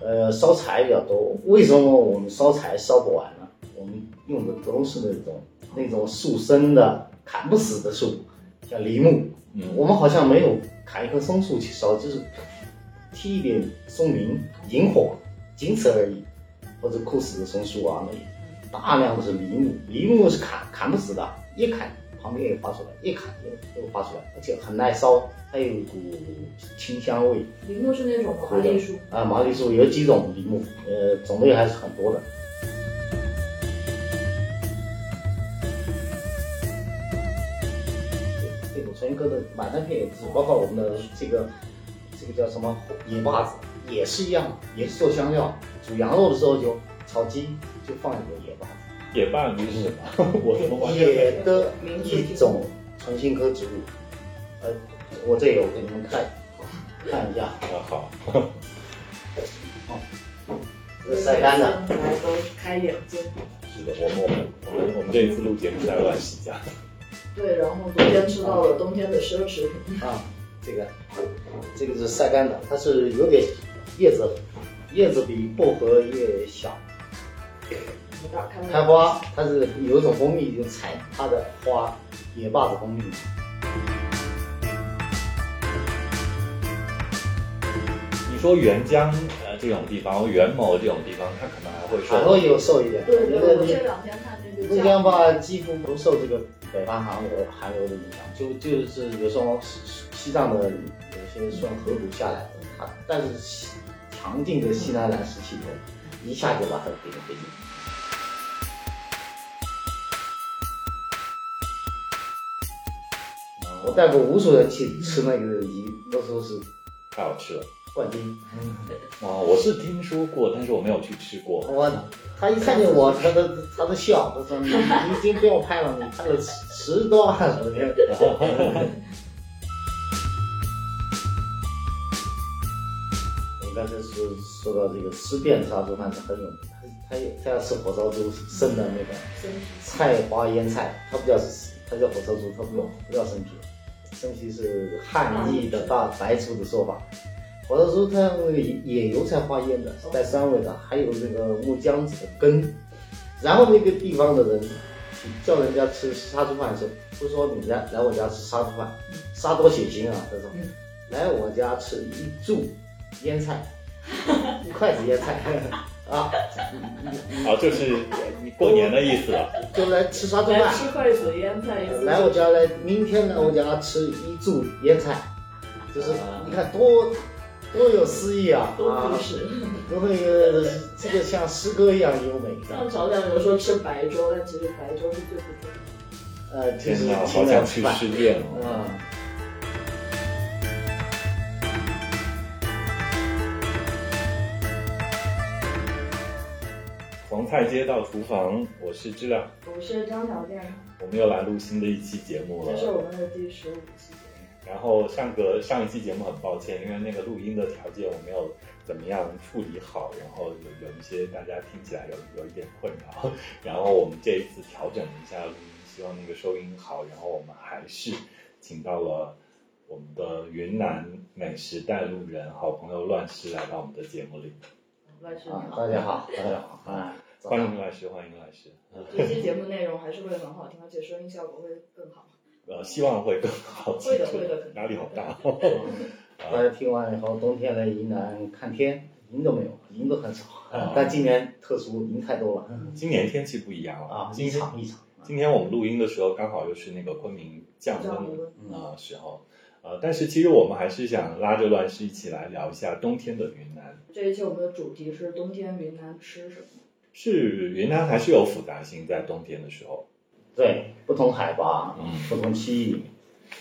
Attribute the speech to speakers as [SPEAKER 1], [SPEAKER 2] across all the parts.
[SPEAKER 1] 呃，烧柴比较多。为什么我们烧柴烧不完呢？我们用的都是那种那种树生的、砍不死的树，叫梨木。
[SPEAKER 2] 嗯
[SPEAKER 1] 我们好像没有砍一棵松树去烧，就是踢一点松林引火，仅此而已。或者枯死的松树啊，那一大量的是梨木，梨木是砍砍不死的，一砍旁边也发出来，一砍又又发出来，而且很耐烧，它有一股清香味。
[SPEAKER 3] 梨木是那种麻栗树，
[SPEAKER 1] 啊，毛栗树有几种梨木，呃，种类还是很多的。这这种纯哥的买单片也是，包括我们的这个这个叫什么野袜子，也是一样，也是做香料。煮羊肉的时候就炒鸡就放一个野袜子，
[SPEAKER 2] 也半就是 我怎么完全没
[SPEAKER 1] 野的一种纯新科植物。呃，我这有给你们看看一下，
[SPEAKER 2] 啊好，
[SPEAKER 1] 这晒干的。
[SPEAKER 3] 来都开眼睛。
[SPEAKER 2] 是的，我们我们我们我们这一次录节目啊在乱洗家，
[SPEAKER 3] 对，然后昨天吃到了冬天的奢侈品，
[SPEAKER 1] 啊，这个这个是晒干的，它是有点叶子，叶子比薄荷叶小。
[SPEAKER 3] 没打开
[SPEAKER 1] 开花，它是有一种蜂蜜，就采它的花，野坝子蜂蜜。
[SPEAKER 2] 你说沅江呃这种地方，元某这种地方，它可能还会
[SPEAKER 1] 海
[SPEAKER 2] 说
[SPEAKER 1] 螺也有瘦一点，
[SPEAKER 3] 对对，
[SPEAKER 1] 那
[SPEAKER 3] 我
[SPEAKER 1] 个
[SPEAKER 3] 这两天看这个
[SPEAKER 1] 浙
[SPEAKER 3] 价
[SPEAKER 1] 江吧，几乎不受这个北方寒流寒流的影响，就就是比如说西西藏的有些顺河谷下来的，它但是西强劲的西南蓝湿气流一下就把它给给你。我带过无数人去吃那个梨，都说是
[SPEAKER 2] 太好吃了。
[SPEAKER 1] 冠军。
[SPEAKER 2] 啊，我是听说过，但是我没有去吃过。
[SPEAKER 1] 我他一看见我，他都他都笑，他说你你已经不要拍了，你拍了十十多万了。 你刚才说说到这个吃遍杀猪饭是很有名，他他他要吃火烧猪生的那个菜花腌菜，他不叫他叫火烧猪，他不叫不叫生皮，生皮是汉译的大白族的说法。火烧猪它用那个野油菜花腌的，是带酸味的，还有那个木姜子的根。然后那个地方的人叫人家吃杀猪饭的时候，不是说你来来我家吃杀猪饭，杀多血腥啊！他说
[SPEAKER 3] 嗯
[SPEAKER 1] 来我家吃一柱腌菜，一筷子腌菜 啊，
[SPEAKER 2] 啊，就是你过年的意思啊了。
[SPEAKER 1] 就来吃杀猪
[SPEAKER 3] 来
[SPEAKER 1] 饭。
[SPEAKER 3] 吃筷子腌菜，
[SPEAKER 1] 来我家来，明天来我家吃一柱腌菜，就是你看多多有诗意啊！
[SPEAKER 3] 多
[SPEAKER 1] 啊
[SPEAKER 3] 朴实。
[SPEAKER 1] 都会呃这个像诗歌一样优美，
[SPEAKER 3] 像潮汕人说吃白粥，但其实白粥是最不正的。
[SPEAKER 1] 呃，就
[SPEAKER 2] 天
[SPEAKER 1] 是
[SPEAKER 2] 哪，好
[SPEAKER 1] 情
[SPEAKER 2] 想
[SPEAKER 1] 感
[SPEAKER 2] 去
[SPEAKER 1] 饭。
[SPEAKER 2] 吃遍哦。
[SPEAKER 1] 嗯，
[SPEAKER 2] 从菜街到厨房，我是知了。
[SPEAKER 3] 我是张小健，
[SPEAKER 2] 我们又来录新的一期节目
[SPEAKER 3] 这是我
[SPEAKER 2] 了。
[SPEAKER 3] 们的第十五期节目。
[SPEAKER 2] 然后上个上一期节目很抱歉，因为那个录音的条件我没有怎么样处理好，然后有有一些大家听起来有有一点困扰。然后我们这一次调整了一下录音，希望那个收音好。然后我们还是请到了我们的云南美食带路人好朋友乱世来到我们的节目里。
[SPEAKER 3] 乱世你
[SPEAKER 1] 啊，
[SPEAKER 3] 好
[SPEAKER 1] 大，家好，大家好，啊，早
[SPEAKER 2] 欢迎乱世，欢迎乱世。
[SPEAKER 3] 这期节目内容还是会很好听，而且声音效果会更好。
[SPEAKER 2] 呃，希望会更好。
[SPEAKER 3] 会的会的
[SPEAKER 2] 压力好大。
[SPEAKER 1] 大家听完以后，冬天来云南看天，云都没有，云都很少
[SPEAKER 2] 啊，
[SPEAKER 1] 但今年特殊，云太多了
[SPEAKER 2] 今年天气不一样了
[SPEAKER 1] 啊，
[SPEAKER 2] 今
[SPEAKER 1] 一
[SPEAKER 2] 天
[SPEAKER 1] 场一场，
[SPEAKER 2] 今天我们录音的时候，刚好又是那个昆明降温
[SPEAKER 3] 降温
[SPEAKER 2] 啊、时候，呃，但是其实我们还是想拉着乱世一起来聊一下冬天的云南。
[SPEAKER 3] 这一期我们的主题是冬天云南吃什么？
[SPEAKER 2] 是云南还是有复杂性，在冬天的时候，
[SPEAKER 1] 对，不同海拔
[SPEAKER 2] 嗯，
[SPEAKER 1] 不同区域，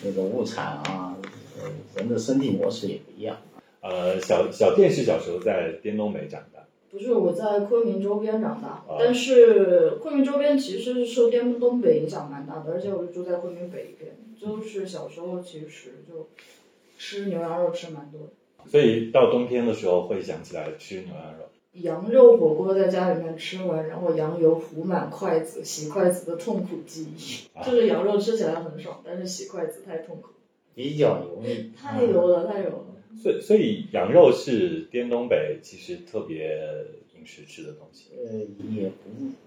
[SPEAKER 1] 那个物产啊，呃人的身体模式也不一样。
[SPEAKER 2] 呃，小小电视小时候在滇东北长大，
[SPEAKER 3] 不是我在昆明周边长大
[SPEAKER 2] 啊，
[SPEAKER 3] 但是昆明周边其实是受滇东北影响蛮大的，而且我是住在昆明北边，就是小时候其实就吃牛羊肉吃蛮多的，
[SPEAKER 2] 所以到冬天的时候会想起来吃牛羊肉。
[SPEAKER 3] 羊肉火锅在家里面吃完，然后羊油糊满筷子，洗筷子的痛苦记
[SPEAKER 2] 啊
[SPEAKER 3] 忆，就是羊肉吃起来很爽，但是洗筷子太痛苦，
[SPEAKER 1] 比较油腻，
[SPEAKER 2] 嗯
[SPEAKER 3] 太油了，太油了。
[SPEAKER 2] 所以所以羊肉是滇东北其实特别饮食吃的东西。
[SPEAKER 1] 呃，也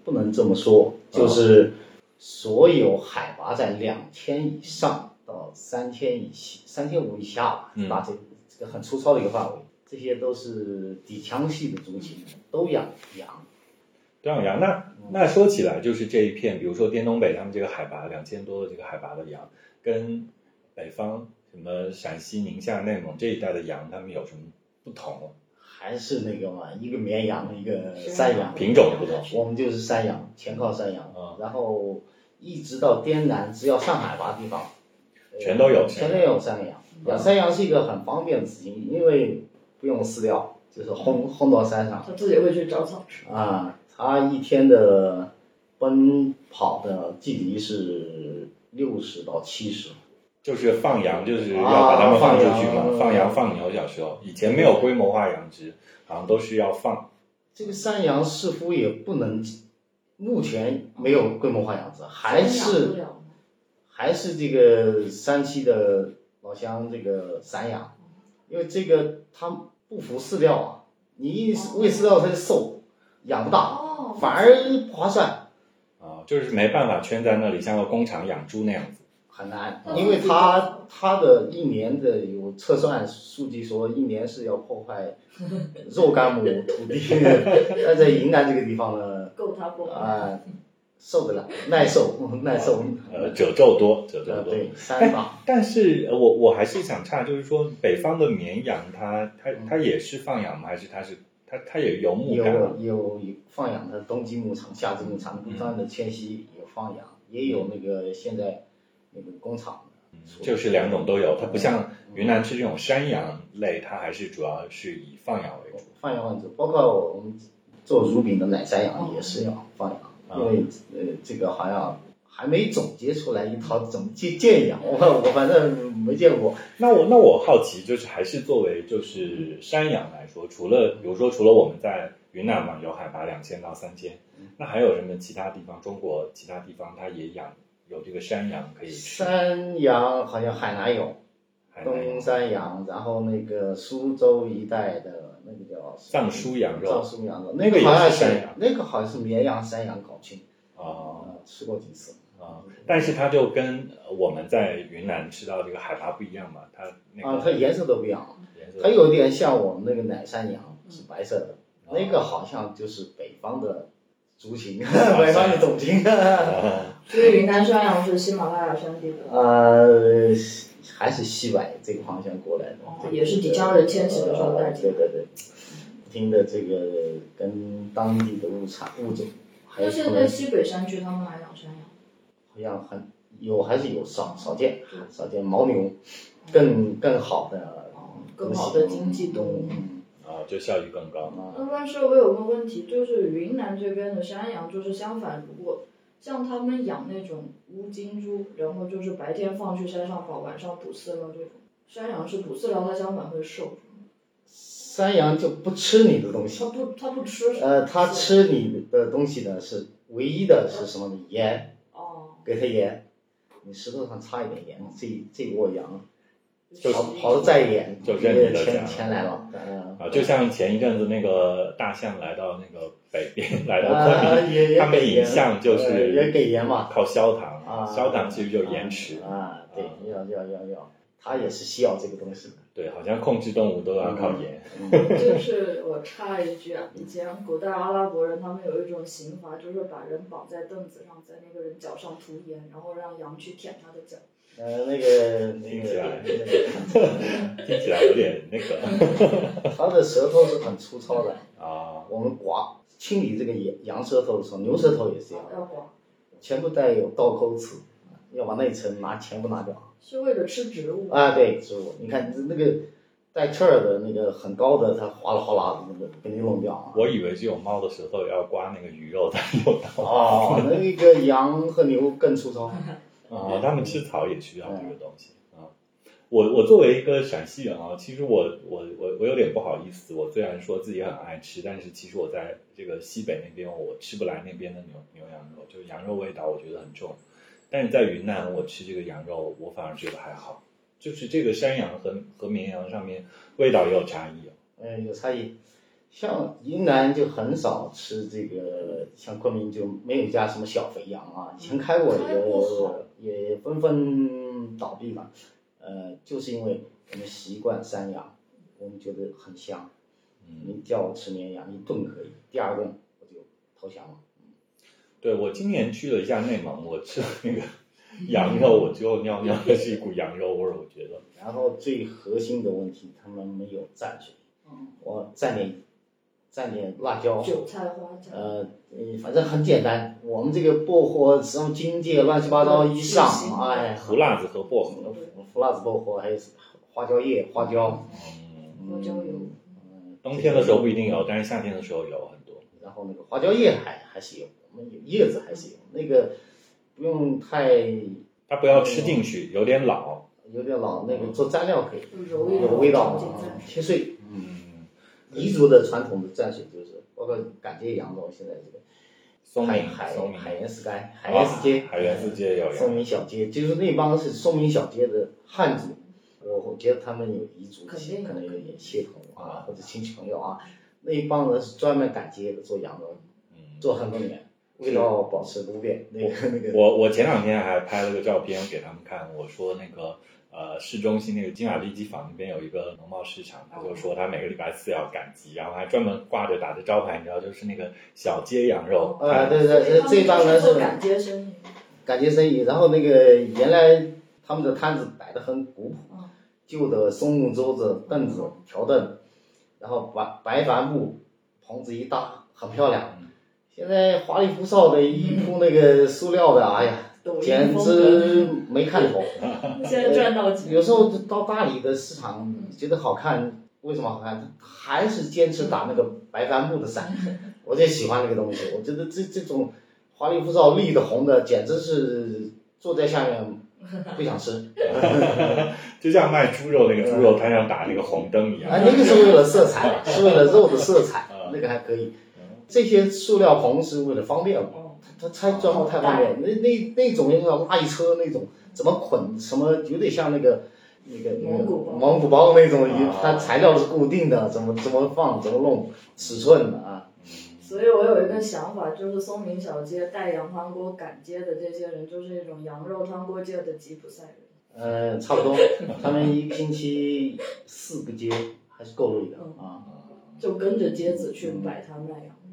[SPEAKER 1] 不不能这么说，就是所有海拔在两千以上到三千以下、三千五以下吧，
[SPEAKER 2] 嗯
[SPEAKER 1] 把这这个很粗糙的一个范围，这些都是底腔系的族群，都养羊。
[SPEAKER 2] 对啊，羊那那说起来就是这一片，比如说滇东北他们这个海拔两千多的这个海拔的羊，跟北方什么陕西、宁夏、内蒙这一带的羊，他们有什么不同？
[SPEAKER 1] 还是那个嘛，一个绵羊，一个
[SPEAKER 3] 啊
[SPEAKER 1] 山羊，
[SPEAKER 2] 品种不同
[SPEAKER 1] 我们就是山羊，全靠山羊
[SPEAKER 2] 嗯，
[SPEAKER 1] 然后一直到滇南，只要上海拔地方，呃
[SPEAKER 2] 全都有啊
[SPEAKER 1] 全都有山羊。养山羊是一个很方便的事情，因为不用饲料，就是轰轰到山上
[SPEAKER 3] 他自己会去找草吃。
[SPEAKER 1] 啊。它一天的奔跑的距离是六十到七十，
[SPEAKER 2] 就是放羊，就是要把它们放出去嘛，
[SPEAKER 1] 啊
[SPEAKER 2] 放羊放牛。小时候以前没有规模化养殖，好像都是要放。
[SPEAKER 1] 这个山羊似乎也不能，目前没有规模化养殖，还
[SPEAKER 3] 真养不
[SPEAKER 1] 是
[SPEAKER 3] 了
[SPEAKER 1] 还是这个山西的老乡这个散养，因为这个它不服饲料啊，你一喂饲料它就瘦，养不大，
[SPEAKER 3] 哦，
[SPEAKER 1] 反而不划算，
[SPEAKER 2] 啊，就是没办法圈在那里，像个工厂养猪那样子。
[SPEAKER 1] 很难
[SPEAKER 3] 嗯，
[SPEAKER 1] 因为它它的一年的有测算数据说一年是要破坏若干亩土地 的，但在云南这个地方呢，
[SPEAKER 3] 够他够。
[SPEAKER 1] 啊、受得了，耐受，耐受。
[SPEAKER 2] 呃，褶皱多，褶皱
[SPEAKER 1] 呃，
[SPEAKER 2] 多。
[SPEAKER 1] 对，三把，
[SPEAKER 2] 但是呃我我还是想岔，就是说北方的绵羊它，它它也是放养吗？还是它是它它也游牧感吗？
[SPEAKER 1] 嗯有啊有放养的冬季牧场、夏季牧场，
[SPEAKER 2] 嗯
[SPEAKER 1] 不断的迁徙有放养，也有那个现在那个工厂的，
[SPEAKER 2] 嗯就是两种都有，它不像云南吃这种山羊类，它还是主要是以放养为主。
[SPEAKER 1] 放养万种，包括我们做乳饼的奶山羊也是要放养，
[SPEAKER 2] 啊
[SPEAKER 1] 因为呃这个好像还没总结出来一套怎么去建养，我我反正没见过。
[SPEAKER 2] 那我那我好奇，就是还是作为就是山羊来说，除了比如说除了我们在云南嘛，有海拔两千到三千
[SPEAKER 1] 嗯，
[SPEAKER 2] 那还有什么其他地方？中国其他地方它也养有这个山羊可以吃？
[SPEAKER 1] 山羊好像海南有，
[SPEAKER 2] 海南
[SPEAKER 1] 东
[SPEAKER 2] 羊
[SPEAKER 1] 山羊，然后那个苏州一带的那个叫
[SPEAKER 2] 藏书羊肉
[SPEAKER 1] 藏书羊肉，
[SPEAKER 2] 那
[SPEAKER 1] 那
[SPEAKER 2] 个也是
[SPEAKER 1] 好像
[SPEAKER 2] 山羊
[SPEAKER 1] 那个好像是绵羊、山羊搞群，
[SPEAKER 2] 哦。
[SPEAKER 1] 呃，吃过几次。
[SPEAKER 2] 啊、但是它就跟呃我们在云南吃到这个海拔不一样嘛，它那个
[SPEAKER 1] 啊，它颜色都不一样，
[SPEAKER 2] 颜色
[SPEAKER 1] 它有点像我们那个奶山羊
[SPEAKER 3] 嗯
[SPEAKER 1] 是白色的，
[SPEAKER 2] 哦
[SPEAKER 1] 那个好像就是北方的族群，
[SPEAKER 2] 啊
[SPEAKER 1] 北方的 种群。
[SPEAKER 2] 啊
[SPEAKER 3] 所以云南山羊是喜马拉雅山地的，
[SPEAKER 1] 呃，还是西北这个方向过来的，
[SPEAKER 3] 哦
[SPEAKER 1] 这个
[SPEAKER 3] 也是底下人迁徙的时候带
[SPEAKER 1] 呃
[SPEAKER 3] 进
[SPEAKER 1] 对
[SPEAKER 3] 来
[SPEAKER 1] 对对，不停的这个跟当地的物产物种，还
[SPEAKER 3] 那
[SPEAKER 1] 有
[SPEAKER 3] 现在西北山区他们还养山羊，
[SPEAKER 1] 好像很有还是有少少见
[SPEAKER 3] 对
[SPEAKER 1] 少见牦牛，更更好的
[SPEAKER 3] 嗯哦更好的经济动物。
[SPEAKER 1] 嗯
[SPEAKER 2] 啊，就效益更高。
[SPEAKER 3] 那呃但是我有个问题，就是云南这边的山羊，就是相反，如果像他们养那种乌金猪，然后就是白天放去山上跑，晚上补饲料这种，山羊是补饲料，它相反会瘦，
[SPEAKER 1] 山羊就不吃你的东西
[SPEAKER 3] 它，不它不吃。
[SPEAKER 1] 呃，它。吃你的东西呢是唯一的是什么呢？盐，
[SPEAKER 3] 哦。
[SPEAKER 1] 给它盐，你石头上插一点盐，这这窝羊
[SPEAKER 2] 就是
[SPEAKER 1] 跑跑得再远，
[SPEAKER 2] 就认你了
[SPEAKER 1] 钱
[SPEAKER 2] 这
[SPEAKER 1] 钱
[SPEAKER 2] 样
[SPEAKER 1] 来了，嗯
[SPEAKER 2] 啊，就像前一阵子那个大象来到那个北边，来到
[SPEAKER 1] 啊
[SPEAKER 2] 昆明，
[SPEAKER 1] 也也
[SPEAKER 2] 他们
[SPEAKER 1] 给
[SPEAKER 2] 影
[SPEAKER 1] 盐
[SPEAKER 2] 像就
[SPEAKER 1] 呃
[SPEAKER 2] 是
[SPEAKER 1] 也给盐嘛，
[SPEAKER 2] 靠消糖，
[SPEAKER 1] 啊，
[SPEAKER 2] 消糖其实就是盐池，
[SPEAKER 1] 啊，对，要要要要，它也是需要这个东 西的。
[SPEAKER 2] 对，好像控制动物都要靠
[SPEAKER 1] 嗯
[SPEAKER 2] 盐。
[SPEAKER 3] 就是我插一句啊，以前古代阿拉伯人他们有一种刑罚，就是把人绑在凳子上，在那个人脚上涂盐，然后让羊去舔他的脚。
[SPEAKER 1] 呃，那个那
[SPEAKER 2] 听起来
[SPEAKER 1] 个，那
[SPEAKER 2] 听起来有点那个
[SPEAKER 1] 个，它的舌头是很粗糙的。
[SPEAKER 2] 啊，
[SPEAKER 1] 我们刮清理这个羊羊舌头的时候，牛舌头也是这样，
[SPEAKER 3] 要管，
[SPEAKER 1] 全部带有倒钩刺，要把那一层拿全部拿掉。
[SPEAKER 3] 是为了吃植物。
[SPEAKER 1] 啊，对，植物，你看那个带刺儿的那个很高的，它哗啦哗啦的那个给你弄掉啊。
[SPEAKER 2] 我以为只有猫的舌头要刮那个鱼肉才有的
[SPEAKER 1] 哦，那个羊和牛更粗糙。
[SPEAKER 2] 啊，他们吃草也需要这个东西啊。我我作为一个陕西人啊，其实我我我我有点不好意思，我虽然说自己很爱吃，但是其实我在这个西北那边我吃不来那边的牛牛羊肉，就是羊肉味道我觉得很重。但是在云南，我吃这个羊肉，我反而觉得还好。就是这个山羊和和绵羊上面味道也有差异哦。
[SPEAKER 1] 呃，有差异。像云南就很少吃这个，像昆明就没有一家什么小肥羊啊，以前开过
[SPEAKER 3] 开过好
[SPEAKER 1] 也也纷纷倒闭嘛。呃，就是因为我们习惯山羊，我们觉得很香。
[SPEAKER 2] 嗯，
[SPEAKER 1] 你叫我吃绵羊，一顿可以，第二顿我就投降了。
[SPEAKER 2] 对我今年去了一下内蒙，我吃了那个羊肉，我最后尿尿的是一股羊肉味儿，我觉得。
[SPEAKER 1] 然后最核心的问题，他们没有蘸水，
[SPEAKER 3] 嗯，
[SPEAKER 1] 我蘸点蘸点辣椒，
[SPEAKER 3] 韭菜花椒，
[SPEAKER 1] 呃，嗯反正很简单。我们这个薄荷，什么荆芥，乱七八糟一上
[SPEAKER 3] 是是，
[SPEAKER 1] 哎，
[SPEAKER 2] 胡辣子和薄荷，
[SPEAKER 1] 胡辣子薄荷，还有花椒叶、花椒，
[SPEAKER 2] 嗯，
[SPEAKER 3] 花椒油，
[SPEAKER 1] 嗯，
[SPEAKER 2] 冬天的时候不一定有，但是夏天的时候有很多。
[SPEAKER 1] 然后那个花椒叶还还是有，我们有叶子还是有，那个不用太
[SPEAKER 2] 它不要吃进
[SPEAKER 1] 嗯
[SPEAKER 2] 去，有点老。
[SPEAKER 1] 有点老，那个做蘸料可以，
[SPEAKER 3] 就揉一揉
[SPEAKER 1] 有味道
[SPEAKER 3] 蘸
[SPEAKER 1] 嘛
[SPEAKER 3] 点蘸，水
[SPEAKER 1] 切碎。
[SPEAKER 2] 嗯，
[SPEAKER 1] 彝族的传统的蘸水就是，包括赶街羊肉，现在这个
[SPEAKER 2] 松
[SPEAKER 1] 海
[SPEAKER 2] 明，
[SPEAKER 1] 海
[SPEAKER 2] 松明，
[SPEAKER 1] 海盐市街、海盐市街、
[SPEAKER 2] 啊海盐市街也有
[SPEAKER 1] 松
[SPEAKER 2] 羊。
[SPEAKER 1] 明小街，就是那帮是松明小街的汉族，我我觉得他们有彝族
[SPEAKER 3] 肯定有
[SPEAKER 1] 可能有点血统啊，或者亲戚朋友啊，那一帮人是专门赶街的，做羊肉，
[SPEAKER 2] 嗯
[SPEAKER 1] 做很多年，味道保持不变。那个 那个，
[SPEAKER 2] 我我前两天还拍了个照片给他们看，我说那个呃市中心那个金瓦利机房那边有一个农贸市场，他就说他每个礼拜四要赶集，然后还专门挂着打着招牌，你知道就是那个小街羊肉，
[SPEAKER 1] 啊，对对
[SPEAKER 3] 所以
[SPEAKER 1] 对，
[SPEAKER 3] 他
[SPEAKER 1] 这
[SPEAKER 3] 们
[SPEAKER 1] 帮人
[SPEAKER 3] 就是做赶街生意，
[SPEAKER 1] 赶街生意，然后那个原来他们的摊子摆得很古朴，
[SPEAKER 3] 嗯，
[SPEAKER 1] 旧的松木桌子、凳子、条凳，然后白白帆布棚子一搭，很漂亮。
[SPEAKER 2] 嗯
[SPEAKER 1] 现在花里胡哨的一铺那个塑料的，哎呀，
[SPEAKER 3] 抖音
[SPEAKER 1] 简
[SPEAKER 3] 风
[SPEAKER 1] 直
[SPEAKER 3] 格，
[SPEAKER 1] 没看头。
[SPEAKER 3] 现在赚到几
[SPEAKER 1] 有时候到大理的市场，觉得好看，为什么好看？还是坚持打那个白帆布的伞，我就喜欢那个东西。我觉得这这种花里胡哨、绿的、红的，简直是坐在下面不想吃。
[SPEAKER 2] 就像卖猪肉那个猪肉摊上打那个红灯一样
[SPEAKER 1] 啊，。那个是为了色彩，是为了肉的色彩，那个还可以。这些塑料棚是为了方便嘛，
[SPEAKER 3] 哦，
[SPEAKER 1] 它拆装得太方便。那那那种就是拉一车那种，怎么捆什么，有点像那个那个那
[SPEAKER 3] 蒙
[SPEAKER 1] 个
[SPEAKER 3] 古包
[SPEAKER 1] 蒙古包那种
[SPEAKER 2] 啊，
[SPEAKER 1] 它材料是固定的，怎么怎么放，怎么弄，尺寸的啊。
[SPEAKER 3] 所以我有一个想法，就是松明小街带羊汤锅赶街的这些人，就是一种羊肉汤锅界的吉普赛人。
[SPEAKER 1] 呃，差不 多，他们一个星期四个街还是够累的
[SPEAKER 3] 嗯
[SPEAKER 1] 啊。
[SPEAKER 3] 就跟着街子去摆摊卖羊肉。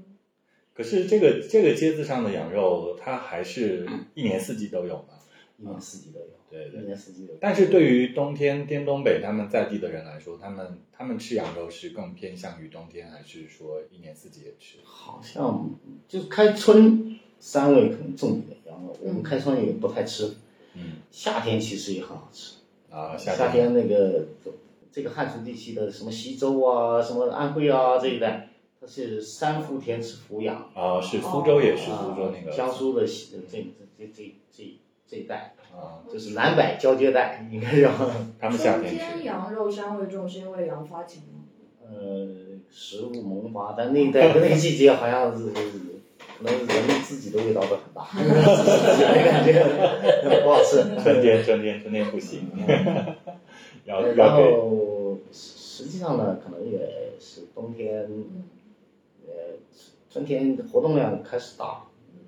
[SPEAKER 2] 可是这个这个街子上的羊肉，它还是一年四季都有嘛。
[SPEAKER 1] 一年四季都有，
[SPEAKER 2] 对
[SPEAKER 1] 一。年四季都有。
[SPEAKER 2] 嗯但是对于冬天滇东北他们在地的人来说，他们他们吃羊肉是更偏向于冬天，还是说一年四季也吃？
[SPEAKER 1] 好像就是开春三味可能重一点羊肉，我们
[SPEAKER 3] 嗯
[SPEAKER 1] 开春也不太吃，
[SPEAKER 2] 嗯
[SPEAKER 1] 夏天其实也很好吃。
[SPEAKER 2] 啊，夏
[SPEAKER 1] 夏天那个这个汉族地区的什么西周啊、什么安徽啊这一带，它是三伏天吃伏羊，
[SPEAKER 2] 啊是苏州也是苏州
[SPEAKER 1] 啊
[SPEAKER 2] 那个
[SPEAKER 1] 江苏的西这这这这这这一带，
[SPEAKER 2] 啊，
[SPEAKER 1] 就是南北交接带，应该要
[SPEAKER 2] 他们夏
[SPEAKER 3] 春
[SPEAKER 2] 天
[SPEAKER 3] 天
[SPEAKER 2] 吃。
[SPEAKER 3] 羊肉膻味重是因为羊发情吗？
[SPEAKER 1] 呃食物萌发，但那一带跟那个季节好像是。可能人自己的味道都很 大， 自己的感觉不好吃。
[SPEAKER 2] 春天春天春天不行， 要
[SPEAKER 1] 嗯然
[SPEAKER 2] 要给
[SPEAKER 1] 后实实际上呢，可能也是冬天，
[SPEAKER 2] 嗯
[SPEAKER 1] 呃，春天活动量开始大，嗯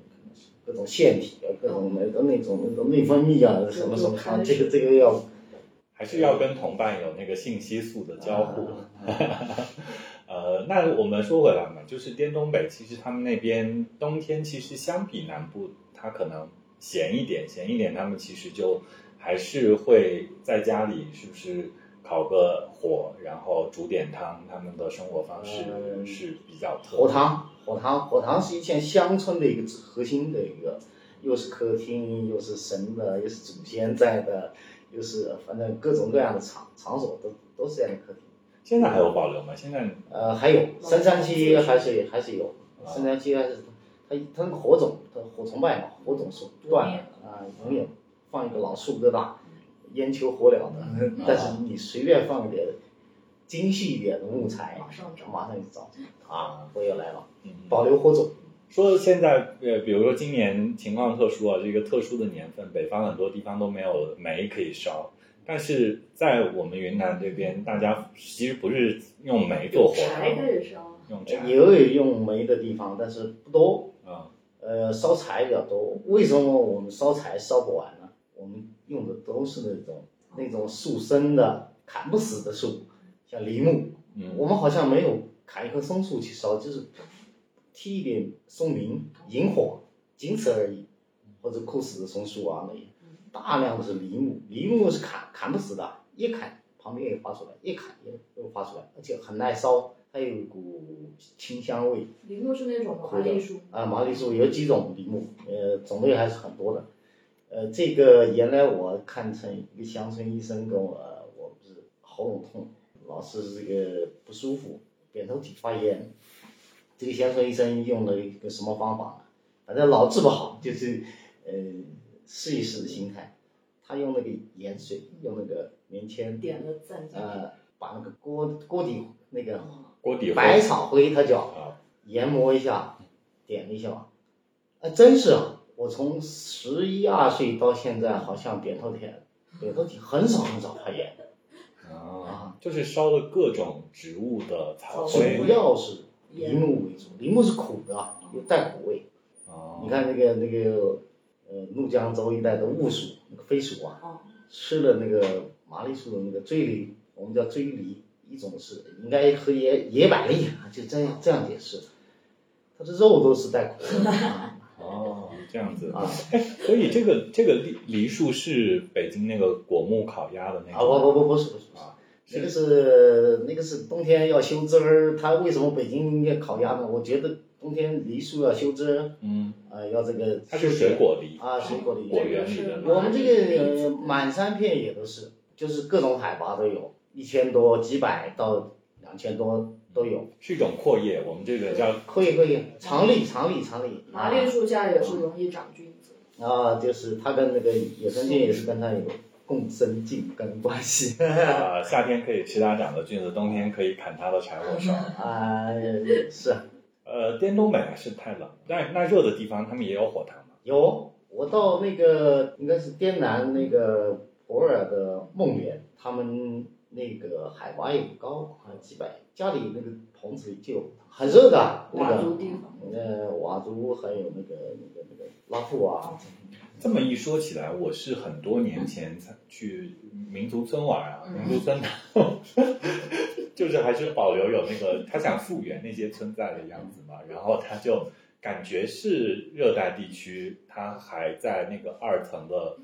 [SPEAKER 1] 各种腺体啊，各
[SPEAKER 2] 嗯
[SPEAKER 1] 种那个那种那种内分泌啊，什么什么啊，这个这个要
[SPEAKER 2] 还是要跟同伴有那个信息素的交互。
[SPEAKER 1] 嗯
[SPEAKER 2] 呃，那我们说回来嘛，就是滇东北，其实他们那边冬天其实相比南部，它可能咸一点，咸一点，他们其实就还是会在家里是不是烤个火，然后煮点汤，他们的生活方式
[SPEAKER 1] 嗯
[SPEAKER 2] 是比较特
[SPEAKER 1] 火塘，火塘，火塘是一片乡村的一个核心的一个，又是客厅，又是神的，又是祖先在的，又是反正各种各样的场场所都都是在那客厅。
[SPEAKER 2] 现在还有保留吗？现在
[SPEAKER 1] 呃，还有深山区还是还是有，啊深山区还是它它那个火种，它火崇拜嘛，火种树断了啊，永远放一个老树疙瘩，烟球火燎的，但是你随便放一点精细一点的木材，
[SPEAKER 3] 马上长
[SPEAKER 1] 马上就长啊，我也来了，
[SPEAKER 2] 嗯
[SPEAKER 1] 保留火种，
[SPEAKER 2] 说现在呃，比如说今年情况特殊啊，这个特殊的年份，北方很多地方都没有煤可以烧，但是在我们云南这边，大家其实不是用煤做火
[SPEAKER 4] 柴
[SPEAKER 2] 烧，
[SPEAKER 4] 可以烧，
[SPEAKER 2] 用柴，
[SPEAKER 1] 也有用煤的地方，但是不多。
[SPEAKER 2] 嗯，
[SPEAKER 1] 呃，烧柴比较多。为什么我们烧柴烧不完呢？我们用的都是那种那种树生的、砍不死的树，像梨木。
[SPEAKER 2] 嗯
[SPEAKER 1] 我们好像没有砍一棵松树去烧，就是踢一点松林引火，仅此而已。或者枯死的松树啊，那些大量的是梨木，梨木是砍砍不死的，一砍旁边也划出来，一砍也又划出来，而且很耐烧，它有一股清香味。
[SPEAKER 3] 梨木是那种麻
[SPEAKER 1] 苦的
[SPEAKER 3] 栗树，
[SPEAKER 1] 啊，毛栗树有几种梨木，呃，种类还是很多的。呃，这个原来我看成一个乡村医生跟我，我不是喉咙痛，老是这个不舒服，扁桃体发炎。这个乡村医生用了一个什么方法呢？反正老治不好，就是呃试一试的心态。他用那个盐水，用那个棉签，
[SPEAKER 3] 点的赞赞。
[SPEAKER 1] 呃，把那个锅锅底那个
[SPEAKER 2] 锅底
[SPEAKER 1] 百草灰，它叫
[SPEAKER 2] 啊，
[SPEAKER 1] 研磨一下，点一下吧。啊，真是啊！我从十一二岁到现在，好像扁桃体，扁桃体很少很少发炎，
[SPEAKER 2] 啊，就是烧了各种植物的草
[SPEAKER 3] 草
[SPEAKER 2] 灰
[SPEAKER 1] 主要是
[SPEAKER 3] 盐
[SPEAKER 1] 梨木为主，梨木是苦的，有带苦味。
[SPEAKER 2] 啊，
[SPEAKER 1] 你看那个那个呃，怒江州一带的雾鼠，那个飞鼠啊，
[SPEAKER 3] 哦，
[SPEAKER 1] 吃了那个麻栗树的那个锥梨，我们叫锥梨，一种是应该和野野百栗啊，就这样这样解释，它的肉都是带苦味的啊。
[SPEAKER 2] 哦，这样子
[SPEAKER 1] 啊，
[SPEAKER 2] 哎，所以这个这个梨梨树是北京那个果木烤鸭的那
[SPEAKER 1] 啊，不不
[SPEAKER 2] 种
[SPEAKER 1] 不，不是不是不是
[SPEAKER 2] 啊，
[SPEAKER 1] 那个是那个是冬天要修枝儿，它为什么北京要烤鸭呢？我觉得冬天梨树要修枝儿，
[SPEAKER 2] 嗯，
[SPEAKER 1] 呃，要这个
[SPEAKER 2] 它是水果梨
[SPEAKER 1] 啊，水果梨。
[SPEAKER 2] 果园里
[SPEAKER 4] 这
[SPEAKER 2] 的
[SPEAKER 4] 个是
[SPEAKER 1] 我们这个呃满山遍野都是，就是各种海拔都有，一千多、几百到两千多都有。
[SPEAKER 2] 是一种阔叶，我们这个叫
[SPEAKER 1] 可以可以，常绿常绿常绿。
[SPEAKER 3] 麻栗树下也是容易长菌子。
[SPEAKER 1] 啊，就是它跟那个野生菌也是跟它有共生竞耕关系。
[SPEAKER 2] 啊，夏天可以吃它长的菌子，冬天可以砍它的柴火烧。
[SPEAKER 1] 啊，是啊。
[SPEAKER 2] 呃，滇东北还是太冷，耐耐热的地方他们也有火塘嘛。
[SPEAKER 1] 有，我到那个应该是滇南那个普洱的孟连，他们那个海拔也不高，好像几百，家里那个棚子里就有，很热的那
[SPEAKER 3] 佤族
[SPEAKER 1] 个。
[SPEAKER 3] 地方，
[SPEAKER 1] 呃，佤族还有那个那个那个拉布啊，
[SPEAKER 2] 这么一说起来，我是很多年前才去民族村玩啊，
[SPEAKER 1] 嗯
[SPEAKER 2] 民族村，就是还是保留有那个他想复原那些村寨的样子嘛，
[SPEAKER 1] 嗯
[SPEAKER 2] 然后他就感觉是热带地区，他还在那个二层的。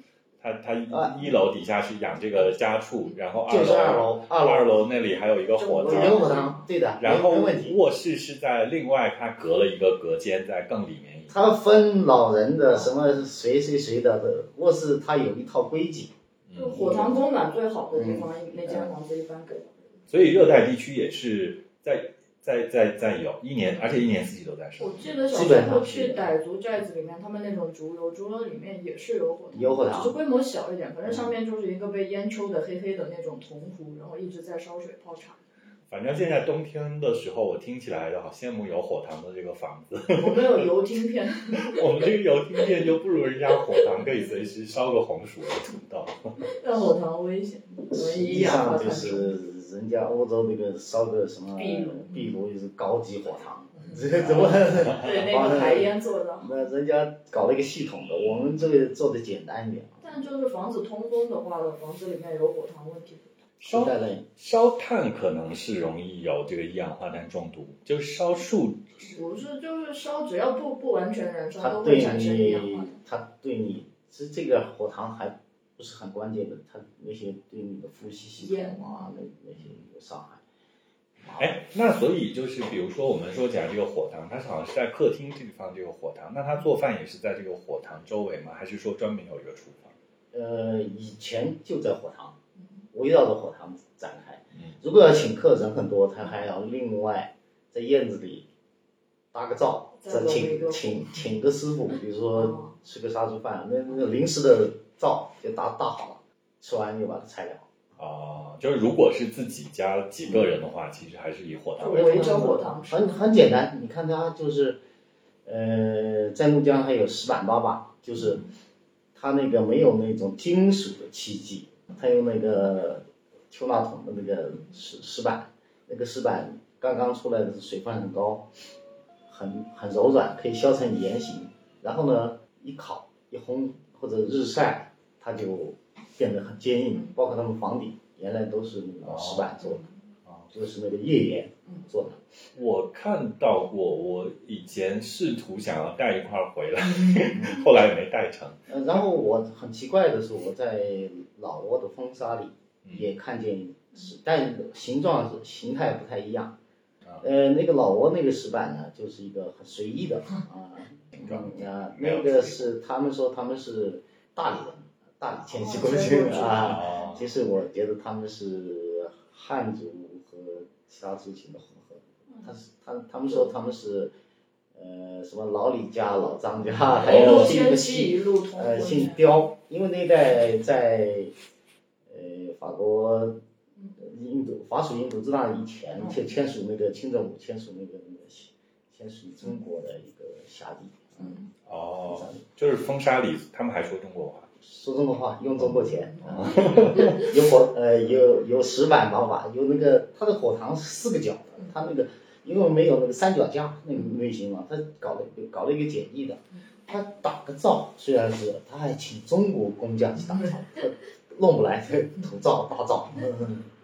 [SPEAKER 2] 他他
[SPEAKER 1] 啊
[SPEAKER 2] 一一楼底下是养这个家畜，然后
[SPEAKER 1] 就是二楼，二
[SPEAKER 2] 二
[SPEAKER 1] 楼
[SPEAKER 2] 楼那里还有一个火
[SPEAKER 1] 有
[SPEAKER 2] 塘，
[SPEAKER 1] 萤火堂，对的，
[SPEAKER 2] 然后
[SPEAKER 1] 没没问题。
[SPEAKER 2] 卧室是在另外，它隔了一个隔间，在更里面一个。
[SPEAKER 1] 他分老人的什么谁谁谁的，卧室他有一套规矩，
[SPEAKER 3] 就
[SPEAKER 2] 嗯，
[SPEAKER 3] 火塘供暖最好的地方，
[SPEAKER 1] 嗯
[SPEAKER 3] 那间房子一般给老人。
[SPEAKER 2] 所以热带地区也是在在在在有一年，而且一年四季都在烧
[SPEAKER 3] 我。记得小
[SPEAKER 1] 基
[SPEAKER 3] 时
[SPEAKER 1] 本
[SPEAKER 3] 候
[SPEAKER 1] 上
[SPEAKER 3] 去傣族寨子里面，他们那种竹楼，竹楼里面也是有火塘，
[SPEAKER 1] 有火塘嗯
[SPEAKER 3] 只是规模小一点，反正上面就是一个被烟抽的黑黑的那种铜壶，然后一直在烧水泡茶。
[SPEAKER 2] 反正现在冬天的时候，我听起来好羡慕有火塘的这个房子。
[SPEAKER 3] 我们有油汀片，
[SPEAKER 2] 我们这个油汀店就不如人家火塘，可以随时烧个红薯和土豆。
[SPEAKER 3] 但火塘危险，容
[SPEAKER 1] 实
[SPEAKER 3] 易一
[SPEAKER 1] 际
[SPEAKER 3] 氧
[SPEAKER 1] 上
[SPEAKER 3] 化
[SPEAKER 1] 就
[SPEAKER 3] 碳中
[SPEAKER 1] 是人家欧洲那个烧个什么
[SPEAKER 4] 壁炉
[SPEAKER 1] 壁炉就是高级火塘，这怎么？哎
[SPEAKER 3] 毒。对那个排烟做的。
[SPEAKER 1] 那人家搞了一个系统的，我们这个做的简单一点。
[SPEAKER 3] 但就是房子通风的话，房子里面有火塘问题不大。
[SPEAKER 1] 时
[SPEAKER 2] 烧
[SPEAKER 1] 代的
[SPEAKER 2] 烧炭可能是容易有这个一氧化碳中毒，就是烧树
[SPEAKER 3] 不是，就是烧，只要不不完全燃烧，
[SPEAKER 1] 他
[SPEAKER 3] 都会
[SPEAKER 1] 对
[SPEAKER 3] 产生一氧化
[SPEAKER 1] 你
[SPEAKER 3] 碳。，
[SPEAKER 1] 他对你，其实这个火塘还不是很关键的，它那些对你的呼吸系统啊，那那些有伤害。
[SPEAKER 2] 哎，那所以就是，比如说我们说讲这个火塘，它好像是在客厅这地方这个火塘，那他做饭也是在这个火塘周围吗？还是说专门有一个厨房？
[SPEAKER 1] 呃，以前就在火塘，围绕着火塘展开
[SPEAKER 2] 嗯。
[SPEAKER 1] 如果要请客人很多，他还要另外在院子里搭个灶，
[SPEAKER 3] 再弄
[SPEAKER 1] 再
[SPEAKER 3] 一
[SPEAKER 1] 请
[SPEAKER 3] 个火
[SPEAKER 1] 请请个师傅，比如
[SPEAKER 3] 哦
[SPEAKER 1] 说吃个杀猪饭，那那个临时的灶就搭搭好了，吃完就把它拆掉。
[SPEAKER 2] 啊、就是如果是自己家几个人的话，其实还是以火塘为
[SPEAKER 3] 围
[SPEAKER 2] 主。
[SPEAKER 3] 着火塘吃
[SPEAKER 1] 很很简单，你看它就是，呃，在怒江还有石板粑粑，就是它那个没有那种金属的器具，他用那个收纳桶的那个石石板，那个石板刚刚出来的水分很高，很很柔软，可以削成圆形。然后呢，一烤一烘或者日晒，它就变得很坚硬。包括他们房顶原来都是那个石板做的，
[SPEAKER 2] 啊，
[SPEAKER 1] 就是那个页岩做的。
[SPEAKER 2] 我看到过，我以前试图想要带一块儿回来， 后来也没带成。
[SPEAKER 1] 呃，然后我很奇怪的是，我在老挝的风沙里
[SPEAKER 2] 嗯
[SPEAKER 1] 也看见石，但形状是形态不太一样
[SPEAKER 2] 啊。
[SPEAKER 1] 呃，那个老挝那个石板呢，就是一个很随意的啊，嗯啊，
[SPEAKER 2] 没有
[SPEAKER 1] 那个是他们说他们是大理人，大理
[SPEAKER 2] 哦
[SPEAKER 1] 迁徙过去的啊。
[SPEAKER 2] 啊，
[SPEAKER 1] 其实我觉得他们是汉族和其他族群的混合，他是他他们说他们是，呃，什么老李家、老张家，还有
[SPEAKER 2] 哦
[SPEAKER 3] 路
[SPEAKER 1] 这个姓
[SPEAKER 3] 迁徙一路通
[SPEAKER 1] 呃，
[SPEAKER 3] 婚
[SPEAKER 1] 姓
[SPEAKER 3] 的
[SPEAKER 1] 刁，因为那一带在呃法国、呃印度、法属印度支那以前
[SPEAKER 3] 嗯
[SPEAKER 1] 签签署那个清政府签署那个那个签署中国的一个辖地，
[SPEAKER 3] 嗯，
[SPEAKER 2] 哦，就是风沙里，他们还说中国话。
[SPEAKER 1] 说中国话，用中国钱啊，有火呃有有石板方法，有那个它的火塘是四个角的，它那个因为没有那个三脚架那个类型嘛，它搞了一个搞了一个简易的，它打个造虽然是它还请中国工匠去打造，弄不来土造大造，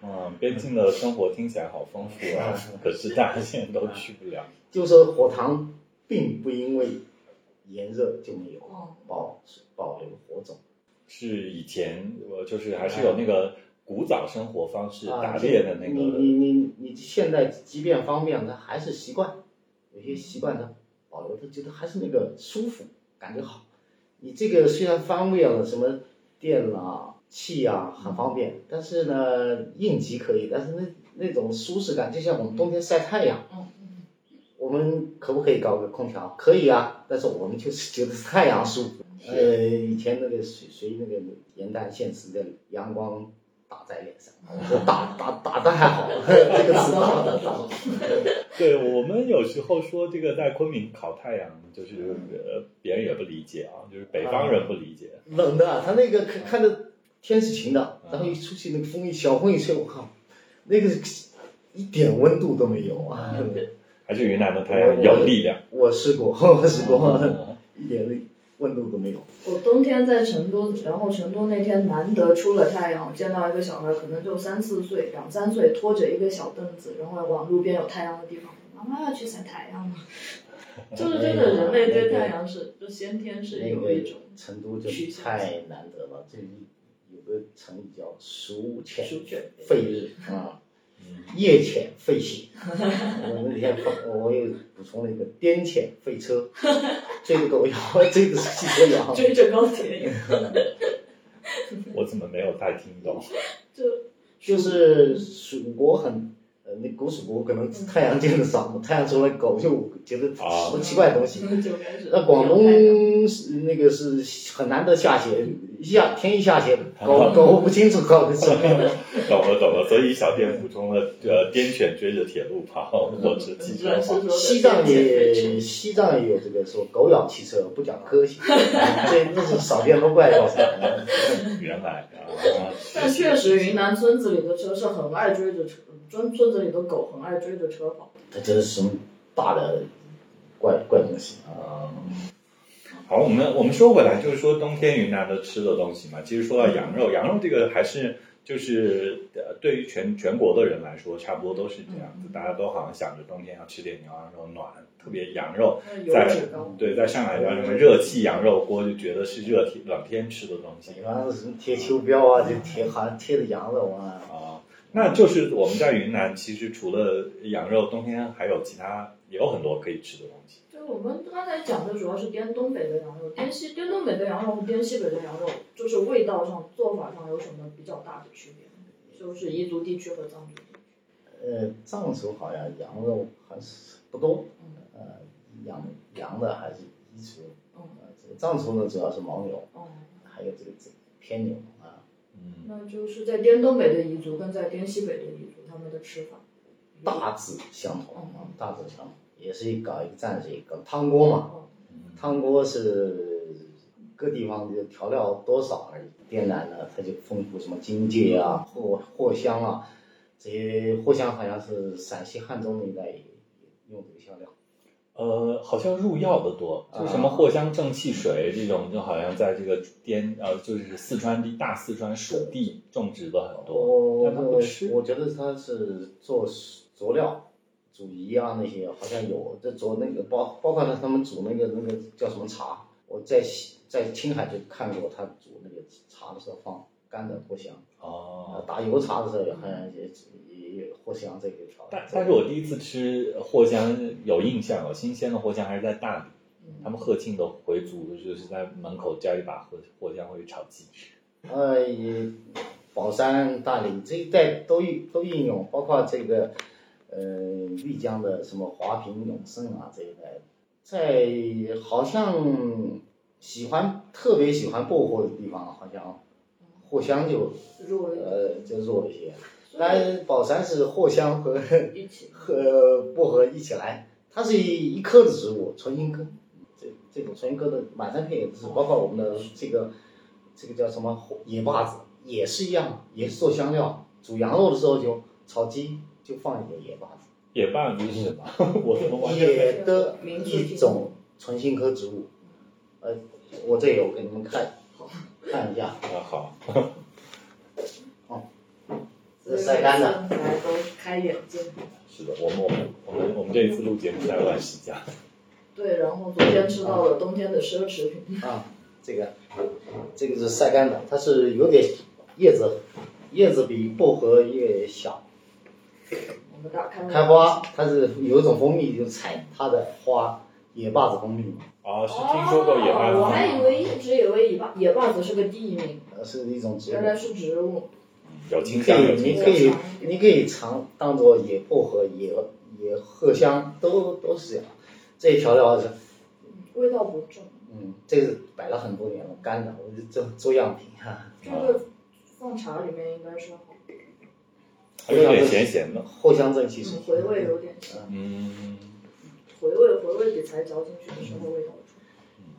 [SPEAKER 2] 嗯，边境的生活听起来好丰富啊，可是大家现在都去不了。
[SPEAKER 1] 就是说火塘并不因为炎热就没有
[SPEAKER 3] 哦，
[SPEAKER 1] 保保留火种。
[SPEAKER 2] 是以前我就是还是有那个古早生活方式，
[SPEAKER 1] 啊
[SPEAKER 2] 打猎的那
[SPEAKER 1] 你
[SPEAKER 2] 个
[SPEAKER 1] 你你你现在即便方便，他还是习惯，有些习惯他保留，他觉得还是那个舒服，感觉好。你这个虽然方便了，什么电啊、气啊很方便，但是呢，应急可以，但是那那种舒适感，就像我们冬天晒太阳，
[SPEAKER 3] 嗯
[SPEAKER 1] 我们可不可以搞个空调？可以啊，但是我们就是觉得太阳舒服。呃，以前那个谁谁那个元旦现实的阳光打在脸上，打打打的还 好，这个词啊打的打得好。
[SPEAKER 2] 对我们有时候说这个在昆明烤太阳，就是呃别人也不理解啊，就是北方人不理解。
[SPEAKER 1] 冷的，啊他那个看看着天是晴的，然后一出去那个风一小风一吹，我靠，那个一点温度都没有啊！
[SPEAKER 2] 还是云南的太阳有力量。
[SPEAKER 1] 我试过， 我试过，
[SPEAKER 2] 嗯
[SPEAKER 1] 一点温度都没有。
[SPEAKER 3] 我冬天在成都，然后成都那天难得出了太阳，见到一个小孩，可能就三四岁、两三岁，拖着一个小凳子，然后往路边有太阳的地方，妈妈要去晒太阳了。就是真的，人类对太阳是就先天是
[SPEAKER 1] 那
[SPEAKER 3] 有一
[SPEAKER 1] 个
[SPEAKER 3] 种
[SPEAKER 1] 成都就太难得了，这里有个成语叫“蜀犬
[SPEAKER 3] 书卷。
[SPEAKER 1] 吠日”啊，夜犬吠血。我那天放我又补充了一个“颠犬吠车”，追着狗咬，追着汽车咬。
[SPEAKER 3] 追着高铁，
[SPEAKER 2] 我怎么没有太听懂？
[SPEAKER 3] 就
[SPEAKER 1] 就是蜀国很，呃，那古蜀国可能太阳见的少，太阳出来狗就觉得
[SPEAKER 2] 啊
[SPEAKER 1] 什么奇怪的东西。
[SPEAKER 3] 就开始。
[SPEAKER 1] 那呃广东是那个是很难得下雪，一下天一下雪，狗狗不清楚搞什 么。
[SPEAKER 2] 懂了懂了，所以小店补充了呃滇犬追着铁路跑，我是汽车
[SPEAKER 3] 嗯软是
[SPEAKER 2] 跑
[SPEAKER 3] 说。的
[SPEAKER 1] 西藏也
[SPEAKER 3] 也
[SPEAKER 1] 西藏也有这个说狗咬汽车不讲科 学，这那是少见多怪的。
[SPEAKER 2] 原来啊，
[SPEAKER 3] 但确实，云南村子里的车是很爱追着车，嗯村村子里的狗很爱追着车跑。
[SPEAKER 1] 它这是什么大的怪怪东西啊？
[SPEAKER 2] 嗯好，我们我们说回来，就是说冬天云南的吃的东西嘛。其实说到羊肉，羊肉这个还是就是呃，对于全全国的人来说，差不多都是这样子，大家都好像想着冬天要吃点牛羊肉暖，特别羊肉
[SPEAKER 3] 那油
[SPEAKER 2] 在
[SPEAKER 3] 脂高
[SPEAKER 2] 对在上海叫什么热气羊肉锅，就觉得是热天冷天吃的东西
[SPEAKER 1] 你看什么贴秋膘啊，就贴好像贴的羊肉啊。
[SPEAKER 2] 啊。那就是我们在云南，其实除了羊肉，冬天还有其他也有很多可以吃的东西。
[SPEAKER 3] 就我们刚才讲的主要是滇东北的羊肉，滇西滇东北的羊肉和滇西北的羊肉，就是味道上、做法上有什么比较大的区别？就是彝族地区和藏族地区。
[SPEAKER 1] 呃，藏族好像羊肉还是不多，呃，羊羊的还是彝族，
[SPEAKER 3] 嗯
[SPEAKER 1] 呃，这个藏族呢主要是牦牛，
[SPEAKER 3] 哦，
[SPEAKER 1] 还有这个这个偏牛啊，
[SPEAKER 2] 嗯，
[SPEAKER 3] 那就是在滇东北的彝族跟在滇西北的彝族他们的吃法，
[SPEAKER 1] 大致相同啊，大致嗯相同，也是搞一个蘸水，搞汤锅嘛，
[SPEAKER 3] 哦，
[SPEAKER 1] 汤锅是各地方就调料多少而已，点燃了它就丰富什么荆芥啊、藿藿香啊，这些藿香好像是陕西汉中那一带也用这个香料。
[SPEAKER 2] 呃，好像入药的多，就什么藿香正气水这种，就好像在这个滇呃，就是四川地大四川属地种植的很多，但它不
[SPEAKER 1] 哦我
[SPEAKER 2] 吃。
[SPEAKER 1] 我觉得它是做佐料、煮鱼啊那些，好像有这做那个包包括他他们煮那个那个叫什么茶，我在西在青海就看过他煮那个茶的时候放干的藿香，啊
[SPEAKER 2] 哦，
[SPEAKER 1] 打油茶的时候也好像也也也藿香这个调。
[SPEAKER 2] 但但是我第一次吃藿香有印象，有新鲜的藿香还是在大理，他们鹤庆的回族就是在门口摘一把藿藿香回去炒鸡吃。
[SPEAKER 1] 呃，也宝山、大理这一带都运都运用，包括这个呃丽江的什么华坪、永胜啊这一带，在好像喜欢特别喜欢薄荷的地方，啊好像藿香就
[SPEAKER 3] 入围
[SPEAKER 1] 呃就弱一些。
[SPEAKER 3] 所以
[SPEAKER 1] 但宝山是藿香和
[SPEAKER 3] 一起
[SPEAKER 1] 和呃薄荷一起来，它是一一科的植物，唇形科。这这种唇形科的满山遍野都
[SPEAKER 2] 哦
[SPEAKER 1] 是，包括我们的这个这个叫什么野坝子，也是一样，也是做香料。煮羊肉的时候就炒鸡，就放一点野坝子，
[SPEAKER 2] 野棒子是什么？我都完全没
[SPEAKER 1] 野的一种唇形科植物。呃，我这有给你们看，看一下，
[SPEAKER 2] 啊好，
[SPEAKER 1] 这晒干的。
[SPEAKER 3] 大家都开眼界。
[SPEAKER 2] 是的，我们我们我们我们这一次录节目在乱世家。
[SPEAKER 3] 对，然后昨天吃到了冬天的奢侈品，
[SPEAKER 1] 啊，这个，这个是晒干的，它是有点叶子，叶子比薄荷叶小。
[SPEAKER 3] 我们打开了
[SPEAKER 1] 开花，它是有一种蜂蜜，就采它的花，野坝子蜂蜜嘛，
[SPEAKER 2] 哦，是听说过野棒子吗？
[SPEAKER 3] 哦我还以为一直以为野坝野坝子是个地名，
[SPEAKER 1] 呃，是一种植
[SPEAKER 3] 原来
[SPEAKER 1] 物。
[SPEAKER 3] 是植物。
[SPEAKER 2] 嗯有
[SPEAKER 1] 你
[SPEAKER 2] 清
[SPEAKER 1] 可
[SPEAKER 2] 香，有
[SPEAKER 1] 以，
[SPEAKER 2] 清
[SPEAKER 1] 你
[SPEAKER 2] 香
[SPEAKER 1] 可。以，你可以尝当做野薄荷、野野荷香，都都是这样。这一调料是，
[SPEAKER 3] 味道不重，
[SPEAKER 1] 嗯，这是摆了很多年了，干的，我就做做样品啊。
[SPEAKER 3] 这个放茶里面应该是好，
[SPEAKER 2] 还有点咸咸的。
[SPEAKER 1] 藿香正气水
[SPEAKER 3] 嗯，回味有点像，
[SPEAKER 2] 嗯，
[SPEAKER 3] 回味回味比才嚼进去的时候味道重。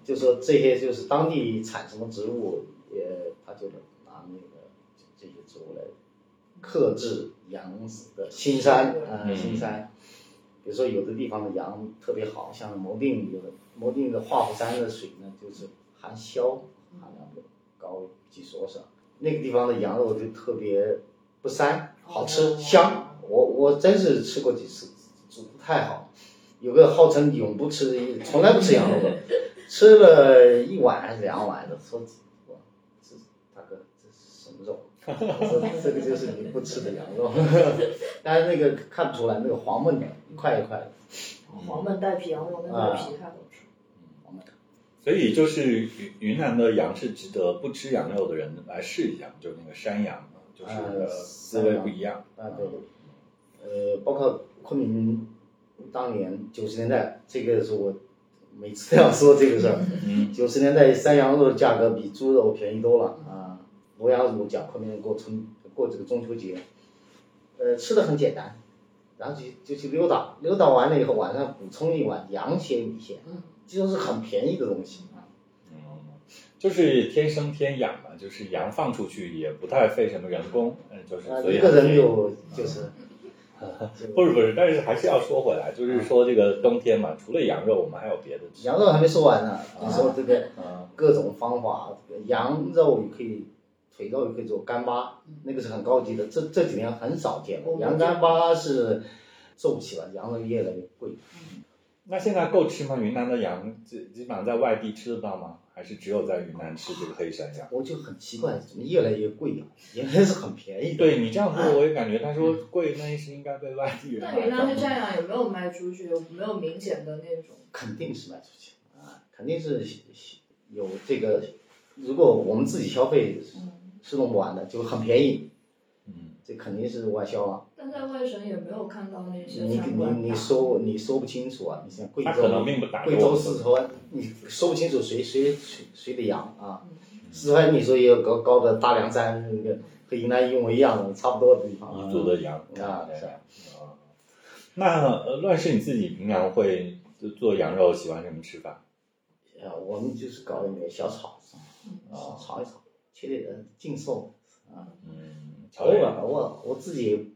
[SPEAKER 1] 就说这些就是当地产什么植物，也他就拿那个这些植物来克制羊的新山，呃，
[SPEAKER 2] 嗯
[SPEAKER 1] 新山。比如说有的地方的羊特别好，像摩定有的摩定的华虎山的水呢，就是含硝含量就高几十升，那个地方的羊肉就特别不膻，好吃
[SPEAKER 3] 哦
[SPEAKER 1] 香。我我真是吃过几次，煮的太好。有个号称永不吃，从来不吃羊肉的，吃了一碗还是两碗的，说我这大哥这是什么肉？我说这个就是你不吃的羊肉， 但是那个看不出来，那个黄焖的，一块一块的，
[SPEAKER 3] 黄焖带皮羊肉那个皮太好吃，
[SPEAKER 1] 黄焖的。
[SPEAKER 2] 所以就是云云南的羊是值得不吃羊肉的人来试一下，就那个山羊，就是呃滋味不一样。
[SPEAKER 1] 啊对，呃，包括昆明当年九十年代，这个是我每次都要说这个事儿。
[SPEAKER 2] 嗯，
[SPEAKER 1] 九十年代山羊肉的价格比猪肉便宜多了啊！罗羊乳讲昆明人过春过这个中秋节，呃，吃的很简单，然后就就去溜达，溜达完了以后晚上补充一碗羊血米线，
[SPEAKER 3] 嗯，
[SPEAKER 1] 这都是很便宜的东西啊。
[SPEAKER 2] 嗯，就是天生天养嘛，就是羊放出去也不太费什么人工，嗯，就是
[SPEAKER 1] 啊，
[SPEAKER 2] 所以
[SPEAKER 1] 一个
[SPEAKER 2] 还
[SPEAKER 1] 人
[SPEAKER 2] 是
[SPEAKER 1] 就就是，
[SPEAKER 2] 不是不是，但是还是要说回来，就是说这个冬天嘛，除了羊肉，我们还有别的吃。
[SPEAKER 1] 羊肉还没说完呢，你说这个
[SPEAKER 2] 嗯
[SPEAKER 1] 各种方法，这个羊肉也可以，腿肉也可以做干巴，那个是很高级的，这这几年很少见了。羊干巴是做不起了，羊肉越来越贵。
[SPEAKER 2] 那现在够吃吗？云南的羊基基本上在外地吃得到吗？还是只有在云南吃这个黑山羊？
[SPEAKER 1] 我就很奇怪，怎么越来越贵呀、原来是很便宜的。
[SPEAKER 2] 哎对嗯你这样说，我也感觉他说贵，那是应该被外地人
[SPEAKER 3] 但
[SPEAKER 2] 买
[SPEAKER 3] 云南黑
[SPEAKER 2] 的。
[SPEAKER 3] 山羊也没有卖出去，有没有明显的那种
[SPEAKER 1] 肯定是卖出去啊，肯定是有这个。如果我们自己消费
[SPEAKER 3] 嗯
[SPEAKER 1] 是弄不完的，就很便宜，
[SPEAKER 2] 嗯，
[SPEAKER 1] 这肯定是外销啊了。
[SPEAKER 3] 但在外省也没有看到那
[SPEAKER 1] 你
[SPEAKER 3] 些
[SPEAKER 1] 你
[SPEAKER 3] 餐馆
[SPEAKER 1] 你说你说不清楚啊！你像贵
[SPEAKER 2] 他
[SPEAKER 1] 州
[SPEAKER 2] 可能并不打
[SPEAKER 1] 贵
[SPEAKER 2] 给我
[SPEAKER 1] 州
[SPEAKER 2] 们
[SPEAKER 1] 四川，你说不清楚谁谁谁谁的羊啊
[SPEAKER 3] 嗯。
[SPEAKER 1] 四川你说也有高高的大凉山，那个和云南一模一样的差不多的地方啊
[SPEAKER 2] 彝族的羊
[SPEAKER 1] 啊是
[SPEAKER 2] 啊。那呃乱世你自己平常会就做羊肉，喜欢什么吃法？
[SPEAKER 1] 啊，我们就是搞了点小炒，啊，炒一炒，缺点人净售啊。
[SPEAKER 2] 嗯，
[SPEAKER 1] 我吧，我我自己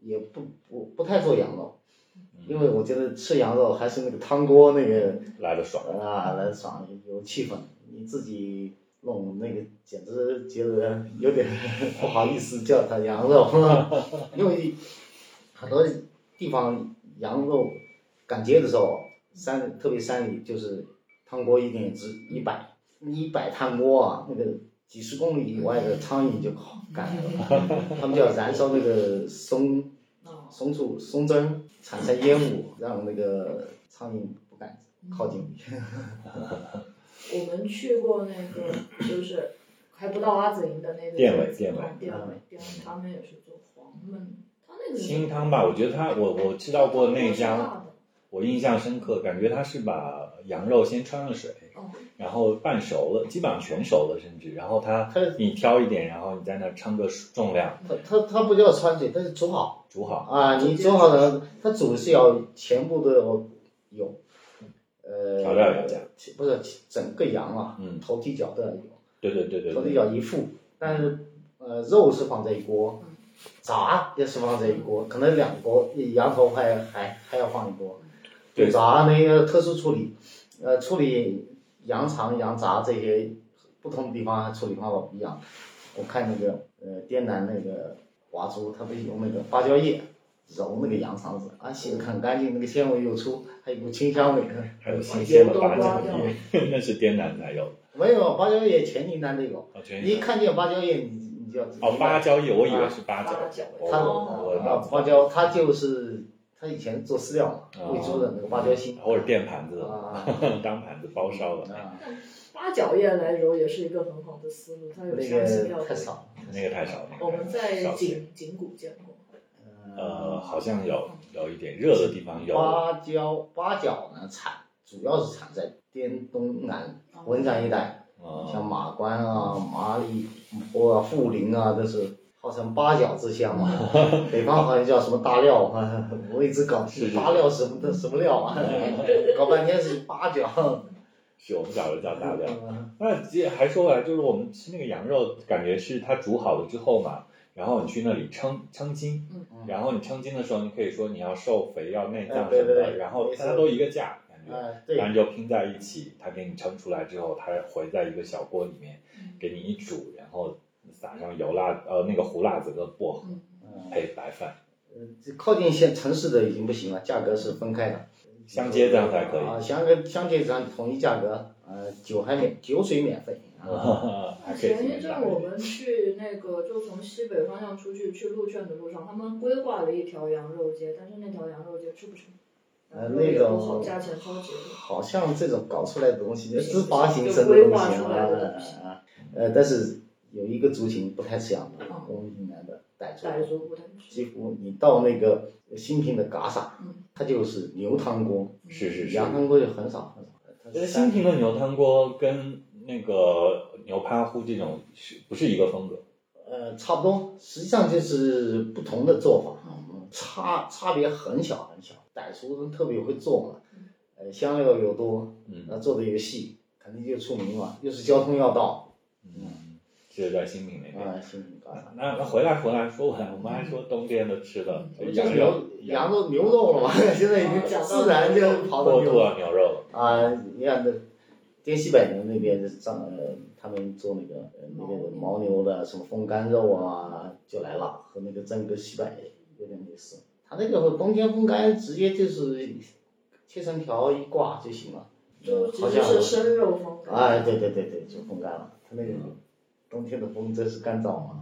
[SPEAKER 1] 也不不不太做羊肉，
[SPEAKER 2] 嗯
[SPEAKER 1] 因为我觉得吃羊肉还是那个汤锅那个
[SPEAKER 2] 来的爽，
[SPEAKER 1] 啊来得爽，有气氛。你自己弄那个，简直觉得有点不好意思叫它羊肉， 因为很多地方羊肉赶街的时候，山特别山里就是汤锅一定值一百，你一百汤锅啊，那个几十公里以外的苍蝇就烤赶来了，他们就要燃烧那个松
[SPEAKER 3] 哦，
[SPEAKER 1] 松树松针，产生烟雾，让那个苍蝇不敢靠近你。
[SPEAKER 3] 嗯 我们去过那个就是还不到阿紫营的那个
[SPEAKER 2] 店尾
[SPEAKER 3] 位置
[SPEAKER 2] 店尾嗯
[SPEAKER 3] 啊店尾店尾，他们也是做黄焖，他那个
[SPEAKER 2] 清汤吧，我觉得他我我吃到过那
[SPEAKER 3] 辣
[SPEAKER 2] 家，
[SPEAKER 3] 的
[SPEAKER 2] 我印象深刻，感觉他是把羊肉先穿上水，
[SPEAKER 3] 哦，
[SPEAKER 2] 然后半熟了，基本上全熟了，甚至，然后它
[SPEAKER 1] 它
[SPEAKER 2] 你挑一点，然后你在那称个重量，
[SPEAKER 1] 它它它不叫穿水，它是煮好
[SPEAKER 2] 煮好，
[SPEAKER 1] 啊，你煮好了，它煮是要全部都要有，呃，
[SPEAKER 2] 调料也加，
[SPEAKER 1] 不是整个羊啊，
[SPEAKER 2] 嗯
[SPEAKER 1] 头蹄脚都要有，
[SPEAKER 2] 对对对对
[SPEAKER 1] 头
[SPEAKER 2] 对
[SPEAKER 1] 蹄，脚一副，但是呃肉是放在一锅
[SPEAKER 3] 嗯，
[SPEAKER 1] 炸也是放在一锅，可能两锅，羊头还还还要放一锅，
[SPEAKER 2] 对
[SPEAKER 1] 炸那个特殊处理，呃，处理羊肠、羊杂这些不同地方处理方法不一样。我看那个呃，滇南那个华族，他们用那个芭蕉叶揉那个羊肠子，啊，洗得很干净，那个纤维又粗，还有股清香味。啊
[SPEAKER 2] 还有新鲜的
[SPEAKER 3] 都
[SPEAKER 2] 八角
[SPEAKER 3] 刮掉
[SPEAKER 2] 叶， 那是滇南才有的。
[SPEAKER 1] 没有芭蕉叶，全云南都有。
[SPEAKER 2] 哦全云
[SPEAKER 1] 你
[SPEAKER 2] 南
[SPEAKER 1] 一看见芭蕉叶，你你就要知道
[SPEAKER 2] 哦，芭蕉叶，我以为是八角
[SPEAKER 3] 八角，
[SPEAKER 2] 我
[SPEAKER 1] 它
[SPEAKER 2] 我我
[SPEAKER 1] 啊，芭蕉它就是它以前做饲料嘛，
[SPEAKER 2] 哦
[SPEAKER 1] 喂猪的那个芭蕉心
[SPEAKER 2] 或者垫盘子嗯
[SPEAKER 1] 啊，
[SPEAKER 2] 当盘子包烧的，
[SPEAKER 1] 啊，
[SPEAKER 3] 八角叶来揉也是一个很好的思路，它
[SPEAKER 1] 那
[SPEAKER 3] 有香气料
[SPEAKER 1] 个
[SPEAKER 3] 的
[SPEAKER 1] 太。少了。
[SPEAKER 2] 那个太少了。
[SPEAKER 3] 我们在
[SPEAKER 2] 少见
[SPEAKER 3] 景景谷见过，
[SPEAKER 2] 呃，好像有有一点热的地方有，
[SPEAKER 1] 芭蕉八角呢，产主要是产在滇东南
[SPEAKER 3] 哦
[SPEAKER 1] 文山一带，像
[SPEAKER 2] 嗯，
[SPEAKER 1] 马关啊、马里坡啊、富林啊，都是号称八角之乡 嘛。北方好像叫什么大料， 我一直搞不清
[SPEAKER 2] 是是
[SPEAKER 1] 八料什么的什么料 啊，搞半天是八角。
[SPEAKER 2] 是我们小时候叫大料。
[SPEAKER 1] 嗯
[SPEAKER 2] 那接还说回来，就是我们吃那个羊肉，感觉是它煮好了之后嘛，然后你去那里称称斤，
[SPEAKER 1] 嗯
[SPEAKER 2] 然后你称斤的时候，你可以说你要瘦肥要内脏
[SPEAKER 1] 哎
[SPEAKER 2] 什
[SPEAKER 1] 对
[SPEAKER 2] 么
[SPEAKER 1] 对
[SPEAKER 2] 的，
[SPEAKER 1] 对
[SPEAKER 2] 然后
[SPEAKER 1] 没错
[SPEAKER 2] 它都一个价，感觉，
[SPEAKER 1] 哎，
[SPEAKER 2] 然
[SPEAKER 1] 对，
[SPEAKER 2] 后你就拼在一起，它给你称出来之后，它回在一个小锅里面
[SPEAKER 3] 嗯，
[SPEAKER 2] 给你一煮，然后撒上油辣呃那个胡辣子跟薄荷
[SPEAKER 3] 嗯，
[SPEAKER 2] 配白饭，
[SPEAKER 1] 这靠近县城市的已经不行了，价格是分开的。
[SPEAKER 2] 相接这样才可以，
[SPEAKER 1] 啊，相跟相对上统一价格，呃，酒还免酒水免费
[SPEAKER 2] 嗯
[SPEAKER 1] 啊。
[SPEAKER 2] 还可以
[SPEAKER 3] 前
[SPEAKER 2] 随
[SPEAKER 3] 一
[SPEAKER 2] 便打
[SPEAKER 3] 阵
[SPEAKER 2] 一
[SPEAKER 3] 我
[SPEAKER 2] 点。
[SPEAKER 3] 们去那个，就从西北方向出去，去鹿圈的路上，他们规划了一条羊肉街，但是那条羊肉街吃不成，
[SPEAKER 1] 呃，
[SPEAKER 3] 然后也
[SPEAKER 1] 那
[SPEAKER 3] 不好
[SPEAKER 1] 种
[SPEAKER 3] 价钱超级贵
[SPEAKER 1] 好像这种搞出来的东西，
[SPEAKER 3] 不行
[SPEAKER 1] 自发形成
[SPEAKER 3] 就
[SPEAKER 1] 的
[SPEAKER 3] 规
[SPEAKER 1] 东
[SPEAKER 3] 划
[SPEAKER 1] 西
[SPEAKER 3] 出来的东西
[SPEAKER 1] 啊啊，啊呃，但是有一个族群不太吃羊的，
[SPEAKER 3] 嗯
[SPEAKER 1] 我们云南的傣
[SPEAKER 3] 傣
[SPEAKER 1] 族，
[SPEAKER 3] 族不太吃。
[SPEAKER 1] 几乎你到那个新平的嘎萨
[SPEAKER 3] 嗯，
[SPEAKER 1] 它就是牛汤锅，
[SPEAKER 2] 是是是，
[SPEAKER 1] 羊汤锅就很少很少。它
[SPEAKER 2] 觉
[SPEAKER 1] 是
[SPEAKER 2] 得呃新平的牛汤锅跟那个牛扒糊这种是不是一个风格？
[SPEAKER 1] 呃，差不多，实际上就是不同的做法，啊差差别很小很小。傣族人特别会做嘛，呃，香料又多，
[SPEAKER 2] 嗯
[SPEAKER 1] 那做的又细，肯定就出名嘛，又是交通要道，
[SPEAKER 2] 嗯，就是在新平那边。
[SPEAKER 1] 啊，新平嘎萨。
[SPEAKER 2] 那那回来回来说回来，我们还说东边的吃的，
[SPEAKER 1] 嗯我
[SPEAKER 2] 所以
[SPEAKER 1] 们就
[SPEAKER 2] 羊
[SPEAKER 1] 是
[SPEAKER 2] 肉
[SPEAKER 1] 牛、羊肉、牛肉 了嘛，现在已经自然就跑到
[SPEAKER 2] 过
[SPEAKER 1] 牛
[SPEAKER 2] 渡
[SPEAKER 1] 肉
[SPEAKER 2] 到牛肉了。
[SPEAKER 1] 啊！你看这滇西北牛那边是藏，呃，他们做那个呃那
[SPEAKER 3] 哦
[SPEAKER 1] 个牦牛的什么风干肉啊，就来了，和那个整个西北有点类似。他那个冬天风干直接就是切成条一挂就行了，呃
[SPEAKER 3] 就
[SPEAKER 1] 好
[SPEAKER 3] 其实
[SPEAKER 1] 像
[SPEAKER 3] 是生肉嗯风格，
[SPEAKER 1] 哎，对对对对，就风干了。他那个冬天的风真是干燥嘛。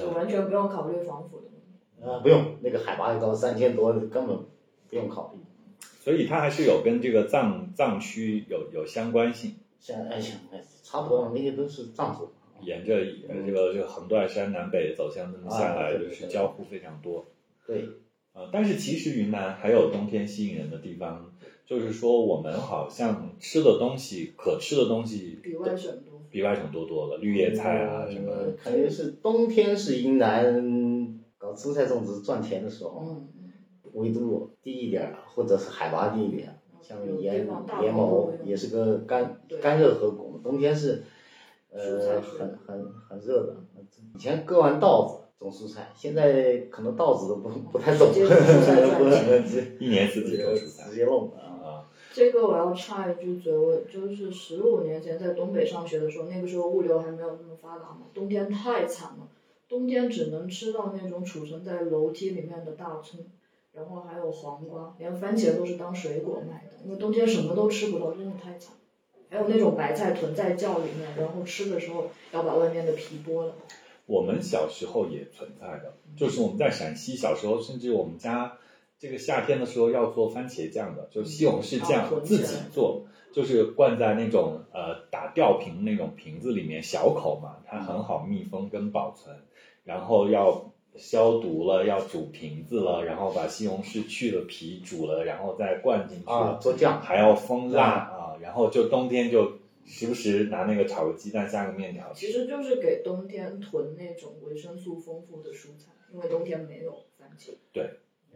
[SPEAKER 3] 就完全不用考虑防腐的问题。
[SPEAKER 1] 啊，不用，那个海拔高三千多，根本不用考虑。
[SPEAKER 2] 所以它还是有跟这个藏藏区有有相关性，
[SPEAKER 1] 像哎像哎，差不多，那些都是藏族。
[SPEAKER 2] 沿着呃这个这个横断山南北走向这么下
[SPEAKER 1] 嗯啊
[SPEAKER 2] 来，
[SPEAKER 1] 对
[SPEAKER 2] 就
[SPEAKER 1] 对
[SPEAKER 2] 是
[SPEAKER 1] 对
[SPEAKER 2] 交互非常多。
[SPEAKER 1] 对，
[SPEAKER 2] 呃，但是其实云南还有冬天吸引人的地方，就是说我们好像吃的东西，可吃的东西
[SPEAKER 3] 比外省多，
[SPEAKER 2] 比外省多多了，绿叶菜啊什么
[SPEAKER 1] 嗯，肯定是冬天是云南搞蔬菜种植赚钱的时候，
[SPEAKER 3] 嗯，
[SPEAKER 1] 纬度低一点儿，或者是海拔低一点，像
[SPEAKER 3] 有地
[SPEAKER 1] 盐
[SPEAKER 3] 方大
[SPEAKER 1] 盐
[SPEAKER 3] 棚都
[SPEAKER 1] 某
[SPEAKER 3] 会用
[SPEAKER 1] 也是个干
[SPEAKER 3] 对
[SPEAKER 1] 干热河谷，冬天是
[SPEAKER 3] 蔬菜
[SPEAKER 1] 呃
[SPEAKER 3] 区
[SPEAKER 1] 很很很热的。以前割完稻子种蔬菜，现在可能稻子 都不不太懂，
[SPEAKER 3] 直接
[SPEAKER 1] 不
[SPEAKER 3] 种蔬 菜
[SPEAKER 1] 能直
[SPEAKER 2] 一年四
[SPEAKER 1] 直
[SPEAKER 2] 季
[SPEAKER 1] 接
[SPEAKER 2] 都蔬菜
[SPEAKER 1] 直接弄啊。
[SPEAKER 2] 啊，
[SPEAKER 3] 这个我要插一句嘴，我就是十五年前在东北上学的时候，那个时候物流还没有那么发达嘛，冬天太惨了，冬天只能吃到那种储存在楼梯里面的大葱，然后还有黄瓜，连番茄都是当水果卖的，因为冬天什么都吃不到，真的太惨。还有那种白菜囤在窖里面，然后吃的时候要把外面的皮剥了。
[SPEAKER 2] 我们小时候也存在的，就是我们在陕西小时候，甚至我们家这个夏天的时候要做番茄酱的，就是西红柿
[SPEAKER 3] 啊
[SPEAKER 2] 酱
[SPEAKER 3] 囤起
[SPEAKER 2] 自
[SPEAKER 3] 来
[SPEAKER 2] 己做，就是灌在那种呃打吊瓶那种瓶子里面，小口嘛，它很好密封跟保存，然后要。消毒了，要煮瓶子了，然后把西红柿去了皮煮了，然后再灌进去
[SPEAKER 1] 啊做酱
[SPEAKER 2] 还要封蜡啊，然后就冬天就时不时拿那个炒个鸡蛋下个面条吃
[SPEAKER 3] 其。实就是给冬天囤那种维生素丰富的蔬菜，因为冬天没有番茄。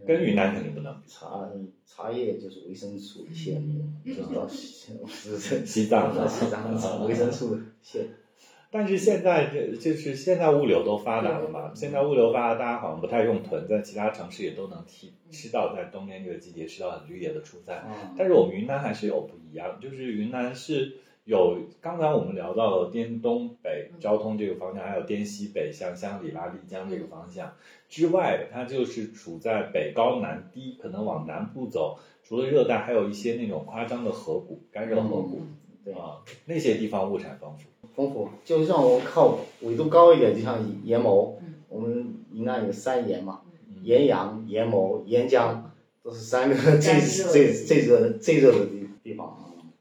[SPEAKER 2] 跟云南肯定不能比。
[SPEAKER 1] 茶茶叶就是维生素泻不知道是
[SPEAKER 2] 西藏的
[SPEAKER 1] 西 藏的啊维生素泻
[SPEAKER 2] 但是现在这就是现在物流都发达了嘛，现在物流发达，大家好像不太用囤，在其他城市也都能吃吃到，在冬天这个季节吃到很绿叶的蔬菜。
[SPEAKER 1] 啊
[SPEAKER 2] 但是我们云南还是有不一样，就是云南是有刚才我们聊到了滇东北交通这个方向，还有滇西北像香里拉、丽江这个方向之外，它就是处在北高南低，可能往南部走，除了热带，还有一些那种夸张的河谷、干热河谷
[SPEAKER 1] 对
[SPEAKER 2] 啊，那些地方物产丰富。
[SPEAKER 1] 丰富，就像我们靠纬度高一点，就像盐某
[SPEAKER 3] 嗯，
[SPEAKER 1] 我们云南有三盐嘛，
[SPEAKER 2] 嗯
[SPEAKER 1] 盐阳、盐某、盐江都是三个最
[SPEAKER 3] 干热
[SPEAKER 1] 最最热的最热的地地方啊。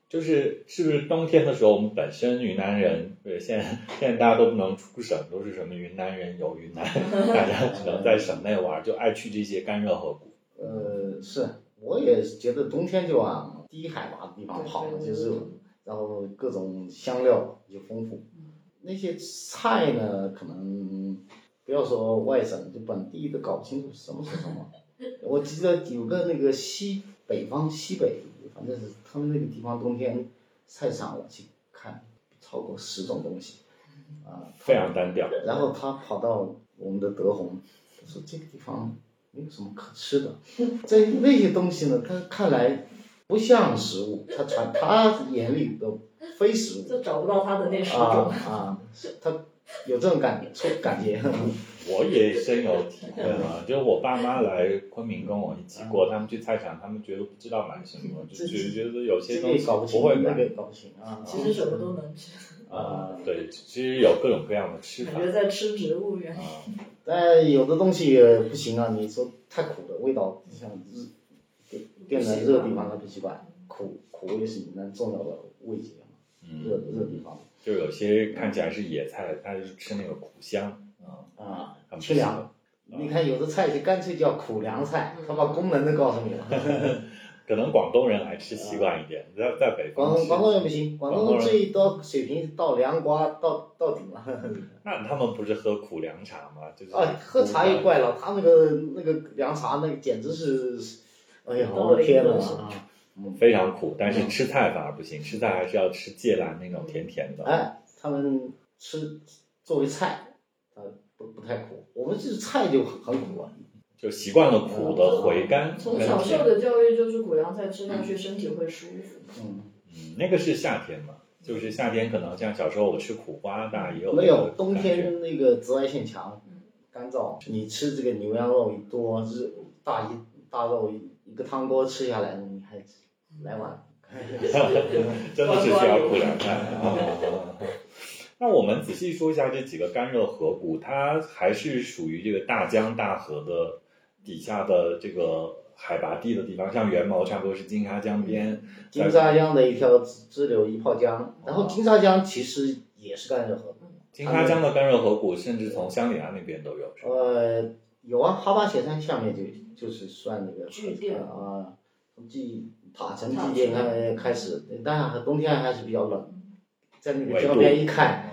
[SPEAKER 2] 就是是不是冬天的时候，我们本身云南人，对，现在 现在大家都不能出省，都是什么云南人游云南， 大家只能在省内玩，就爱去这些干热河谷。
[SPEAKER 1] 呃，是，我也觉得冬天就往低海拔的地方
[SPEAKER 3] 对
[SPEAKER 1] 跑
[SPEAKER 3] 对
[SPEAKER 1] 就
[SPEAKER 3] 对
[SPEAKER 1] 是
[SPEAKER 3] 对，
[SPEAKER 1] 然后各种香料就丰富。
[SPEAKER 3] 嗯
[SPEAKER 1] 那些菜呢，可能不要说外省，就本地都搞不清楚什么是什么。我记得有个那个西北方西北，反正是他们那个地方冬天菜场，我去看超过十种东西，啊、
[SPEAKER 2] 非常单调。
[SPEAKER 1] 然后他跑到我们的德宏，他说这个地方没有什么可吃的，这那些东西呢，他看来不像食物，他传他眼里都非食物
[SPEAKER 3] 就找不到它的那十种。
[SPEAKER 1] 啊啊，他有这种感觉，错感觉，
[SPEAKER 2] 我也深有体会啊，就是我爸妈来昆明跟我一起过，他们去菜场，他们觉得不知道买什么，就
[SPEAKER 1] 这
[SPEAKER 2] 觉觉得有
[SPEAKER 1] 这
[SPEAKER 2] 些
[SPEAKER 1] 个
[SPEAKER 2] 东
[SPEAKER 1] 也
[SPEAKER 2] 西
[SPEAKER 1] 搞不清
[SPEAKER 2] 不会，
[SPEAKER 1] 那个
[SPEAKER 2] 买
[SPEAKER 1] 也搞不清啊。嗯
[SPEAKER 3] 其实什么都能吃，
[SPEAKER 2] 啊。对，其实有各种各样的吃
[SPEAKER 3] 感
[SPEAKER 2] 法
[SPEAKER 3] 觉在吃植物园。
[SPEAKER 2] 啊。
[SPEAKER 1] 但有的东西也不行啊，你说太苦的味道，像日变成热地方它不习惯，苦苦味是你那重要的味觉嘛，热
[SPEAKER 2] 嗯，
[SPEAKER 1] 热地方
[SPEAKER 2] 就有些看起来是野菜，它是吃那个苦香啊，
[SPEAKER 1] 啊
[SPEAKER 2] 很，不
[SPEAKER 1] 吃
[SPEAKER 2] 习
[SPEAKER 1] 凉
[SPEAKER 2] 惯。
[SPEAKER 1] 你看有的菜就干脆叫苦凉菜，它把功能都告诉你了。
[SPEAKER 2] 可能广东人来吃习惯一点，在在北
[SPEAKER 1] 啊广
[SPEAKER 2] 方
[SPEAKER 1] 东
[SPEAKER 2] 吃，
[SPEAKER 1] 广东人不行，广东
[SPEAKER 2] 广
[SPEAKER 1] 人
[SPEAKER 2] 东人
[SPEAKER 1] 最高水平到凉瓜到到顶了。
[SPEAKER 2] 那他们不是喝苦凉茶吗？就是
[SPEAKER 1] 啊，喝茶也怪了，他那个那个凉茶那个简直是，哎呀，
[SPEAKER 3] 到
[SPEAKER 1] 我的
[SPEAKER 3] 了
[SPEAKER 1] 天
[SPEAKER 3] 一
[SPEAKER 1] 呐
[SPEAKER 3] 个是
[SPEAKER 1] 啊！
[SPEAKER 2] 非常苦，但
[SPEAKER 1] 嗯
[SPEAKER 2] 是吃菜反而不行，吃菜还是要吃芥兰那种甜甜的。
[SPEAKER 1] 哎，他们吃作为菜，呃，不不太苦。我们这菜就很很苦啊。
[SPEAKER 2] 就习惯了苦的回甘
[SPEAKER 3] 嗯从
[SPEAKER 2] 跟
[SPEAKER 3] 小受
[SPEAKER 2] 甜。
[SPEAKER 3] 的教育就是苦凉菜吃下去身体会舒服。
[SPEAKER 1] 嗯，
[SPEAKER 2] 嗯，那个是夏天嘛，就是夏天可能像小时候我吃苦瓜，大家也有
[SPEAKER 1] 没有
[SPEAKER 2] 这个
[SPEAKER 1] 冬
[SPEAKER 2] 感觉
[SPEAKER 1] 天那个紫外线强
[SPEAKER 3] 嗯，
[SPEAKER 1] 干燥。你吃这个牛羊肉一多，日大一大肉一一个汤锅吃下来，你还来 碗。
[SPEAKER 2] 真的是需 要苦凉菜
[SPEAKER 1] 哦
[SPEAKER 2] 啊。那我们仔细说一下这几个干热河谷，它还是属于这个大江大河的底下的这个海拔低的地方，像元谋差不多是金沙江边，
[SPEAKER 1] 金沙江的一条支支流一泡
[SPEAKER 3] 哦
[SPEAKER 1] 江，然后金沙江其实也是干热河。
[SPEAKER 2] 金沙江的干热河谷甚至从香里拉那边都有。是吧
[SPEAKER 1] 呃，有啊，哈巴雪山下面就就是算那个
[SPEAKER 3] 巨淀
[SPEAKER 1] 啊，从巨塔城
[SPEAKER 3] 塔
[SPEAKER 1] 巨淀
[SPEAKER 3] 城
[SPEAKER 1] 开开始，当然冬天还是比较冷，在那个
[SPEAKER 2] 纬
[SPEAKER 1] 江
[SPEAKER 2] 度
[SPEAKER 1] 边一看，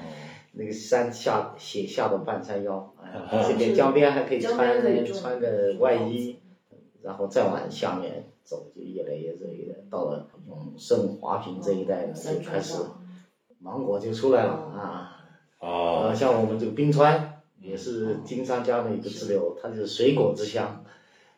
[SPEAKER 1] 那个山下雪啊
[SPEAKER 2] 啊
[SPEAKER 1] 下到半山腰，哎，这边江边还可以
[SPEAKER 3] 江边可以
[SPEAKER 1] 穿
[SPEAKER 3] 种
[SPEAKER 1] 穿个外衣，然后再往下面走就越来越热一带，到了永盛、华坪这一
[SPEAKER 3] 嗯哦
[SPEAKER 1] 带呢，就开始芒果就出来了啊。
[SPEAKER 2] 啊
[SPEAKER 1] 呃，，像我们这个冰川也是金山江的一个支流，它就是水果之乡，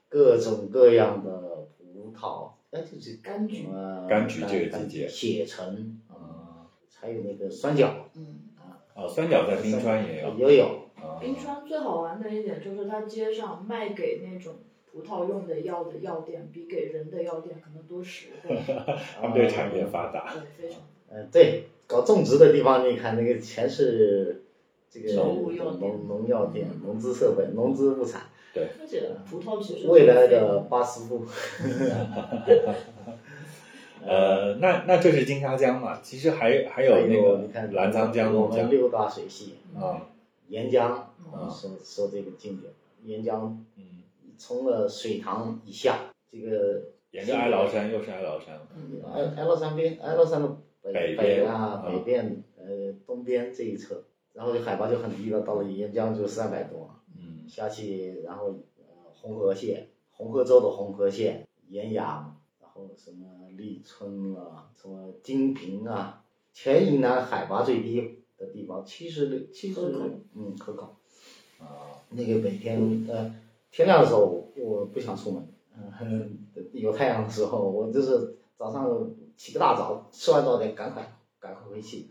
[SPEAKER 1] 各种各样的葡萄，哎，就是
[SPEAKER 3] 柑橘
[SPEAKER 1] 呃
[SPEAKER 2] 柑橘这个季节
[SPEAKER 1] 柑桔橙啊，
[SPEAKER 2] 啊
[SPEAKER 1] 还有那个酸角，
[SPEAKER 3] 嗯，
[SPEAKER 2] 啊，酸角在冰川也有，
[SPEAKER 1] 也有，
[SPEAKER 2] 啊
[SPEAKER 3] 冰川最好玩的一点就是它街上卖给那种葡萄用的药的药店，比给人的药店可能多十倍，
[SPEAKER 2] 他
[SPEAKER 1] 哦
[SPEAKER 2] 们这个产业发达，
[SPEAKER 3] 对，非常。
[SPEAKER 1] 呃，对，搞种植的地方，你看那个全是这个
[SPEAKER 3] 生物药店
[SPEAKER 1] 农农药店、农资设备、农资物产，
[SPEAKER 3] 而且葡萄其实
[SPEAKER 1] 未来的巴斯 夫。
[SPEAKER 2] 嗯呃，那那这是金沙江嘛，其实还还有
[SPEAKER 1] 还
[SPEAKER 2] 那
[SPEAKER 1] 有你
[SPEAKER 2] 个
[SPEAKER 1] 看
[SPEAKER 2] 澜沧江、
[SPEAKER 1] 我
[SPEAKER 2] 怒江
[SPEAKER 1] 们六大水系，
[SPEAKER 3] 嗯
[SPEAKER 2] 啊，
[SPEAKER 1] 沿江啊
[SPEAKER 2] 嗯
[SPEAKER 1] 说说这个境界，沿江
[SPEAKER 2] 嗯，
[SPEAKER 1] 从了水塘以下，这个
[SPEAKER 2] 沿着哀牢山又是哀牢山，
[SPEAKER 3] 嗯
[SPEAKER 1] 哀哀牢山边，哀牢山的
[SPEAKER 2] 嗯
[SPEAKER 1] 北
[SPEAKER 2] 北边
[SPEAKER 1] 啊
[SPEAKER 2] 嗯
[SPEAKER 1] 北边呃东边这一侧，然后海拔就很低了，到了沿江就三百多。
[SPEAKER 2] 嗯
[SPEAKER 1] 下去，然后呃红河蟹，红河州的红河蟹，岩阳，然后什么利春啊，什么金平啊，全云南海拔最低的地方，七十六七十
[SPEAKER 3] 河口
[SPEAKER 1] 嗯河口，
[SPEAKER 2] 啊，
[SPEAKER 1] 那个每天呃天亮的时候我不想出门，嗯、 有太阳的时候我就是早上起个大早，吃完早点赶快赶快回去，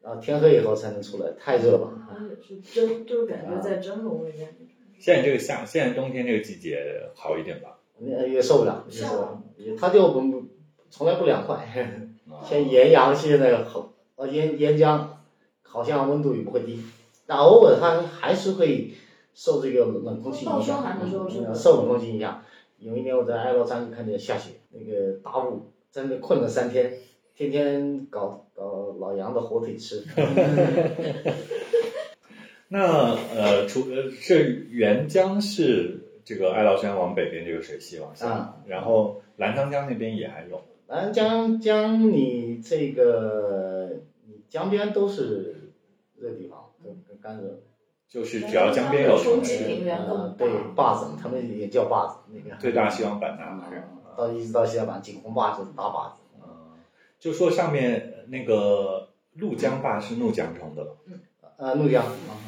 [SPEAKER 1] 然后天黑以后才能出来，太热了。啊
[SPEAKER 3] 而且是蒸，就是感觉在蒸笼里面那种。
[SPEAKER 2] 现在这个夏，现在冬天这个季节好一点吧？
[SPEAKER 1] 那也受不了，也受不了，也他就不不从来不凉快。
[SPEAKER 2] 啊
[SPEAKER 1] 像岩阳现在好，呃岩岩江好像温度也不会低，但偶尔它还是会受这个冷空气影
[SPEAKER 3] 到
[SPEAKER 1] 响
[SPEAKER 3] 霜寒的时候，真
[SPEAKER 1] 嗯
[SPEAKER 3] 的
[SPEAKER 1] 受冷空气影响。有一年我在哀牢山看见下雪，那个大雾，真的困了三天，天天搞搞老杨的火腿吃。
[SPEAKER 2] 那呃，除呃是沅江是这个哀牢山往北边这个水系往下
[SPEAKER 1] 啊，
[SPEAKER 2] 然后澜沧江那边也还有，
[SPEAKER 1] 南江江，你这个你江边都是热地方，跟跟甘热。
[SPEAKER 2] 就是只要江边有
[SPEAKER 3] 冲
[SPEAKER 2] 城
[SPEAKER 3] 击
[SPEAKER 2] 市，
[SPEAKER 3] 力平原更大
[SPEAKER 1] 对坝子，他们也叫坝子，那个
[SPEAKER 2] 最大西双版纳
[SPEAKER 1] 啊
[SPEAKER 2] 是吧。
[SPEAKER 1] 到一直到西双版景洪坝就是大坝子，
[SPEAKER 2] 嗯，就说上面呃那个怒江坝是怒江冲的了，
[SPEAKER 1] 呃，怒江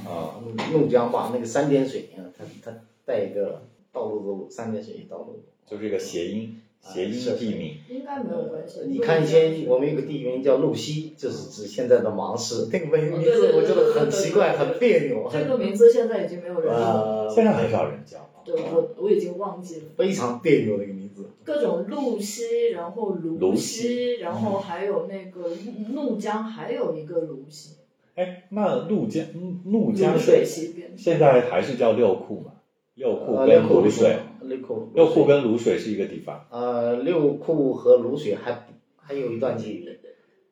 [SPEAKER 2] 啊，
[SPEAKER 1] 怒怒江坝那个三点水，嗯它它带一个道路的路，三点水道路。
[SPEAKER 2] 就是一个谐音，
[SPEAKER 1] 啊
[SPEAKER 2] 谐音
[SPEAKER 1] 是
[SPEAKER 2] 地名。
[SPEAKER 3] 应该没有关系。
[SPEAKER 1] 嗯你看以前我们有个地名叫露西，就是指现在的芒市，那个名
[SPEAKER 3] 哦对
[SPEAKER 1] 字
[SPEAKER 3] 对
[SPEAKER 1] 我觉得
[SPEAKER 3] 对对
[SPEAKER 1] 很
[SPEAKER 3] 对
[SPEAKER 1] 奇
[SPEAKER 3] 对
[SPEAKER 1] 怪，
[SPEAKER 3] 对
[SPEAKER 1] 很别扭。
[SPEAKER 3] 这个名字现在已经没有人用了，
[SPEAKER 1] 呃，
[SPEAKER 2] 现在很少人叫啊
[SPEAKER 3] 对我我已经忘记了。
[SPEAKER 1] 非常别扭的一个名字。
[SPEAKER 3] 各种露西，然后
[SPEAKER 2] 泸
[SPEAKER 3] 泸
[SPEAKER 2] 溪
[SPEAKER 3] 溪，然
[SPEAKER 2] 嗯
[SPEAKER 3] 后还有那个嗯怒江，还有一个泸溪，
[SPEAKER 2] 哎，那怒江嗯怒江
[SPEAKER 3] 泸水西边。
[SPEAKER 2] 现在还是叫六库嘛？六库
[SPEAKER 3] 啊
[SPEAKER 1] 呃
[SPEAKER 2] 跟
[SPEAKER 1] 六库
[SPEAKER 2] 泸水，，
[SPEAKER 1] 六库，
[SPEAKER 2] 六库跟泸水是一个地方，
[SPEAKER 1] 呃六库和泸水还还有一段距离。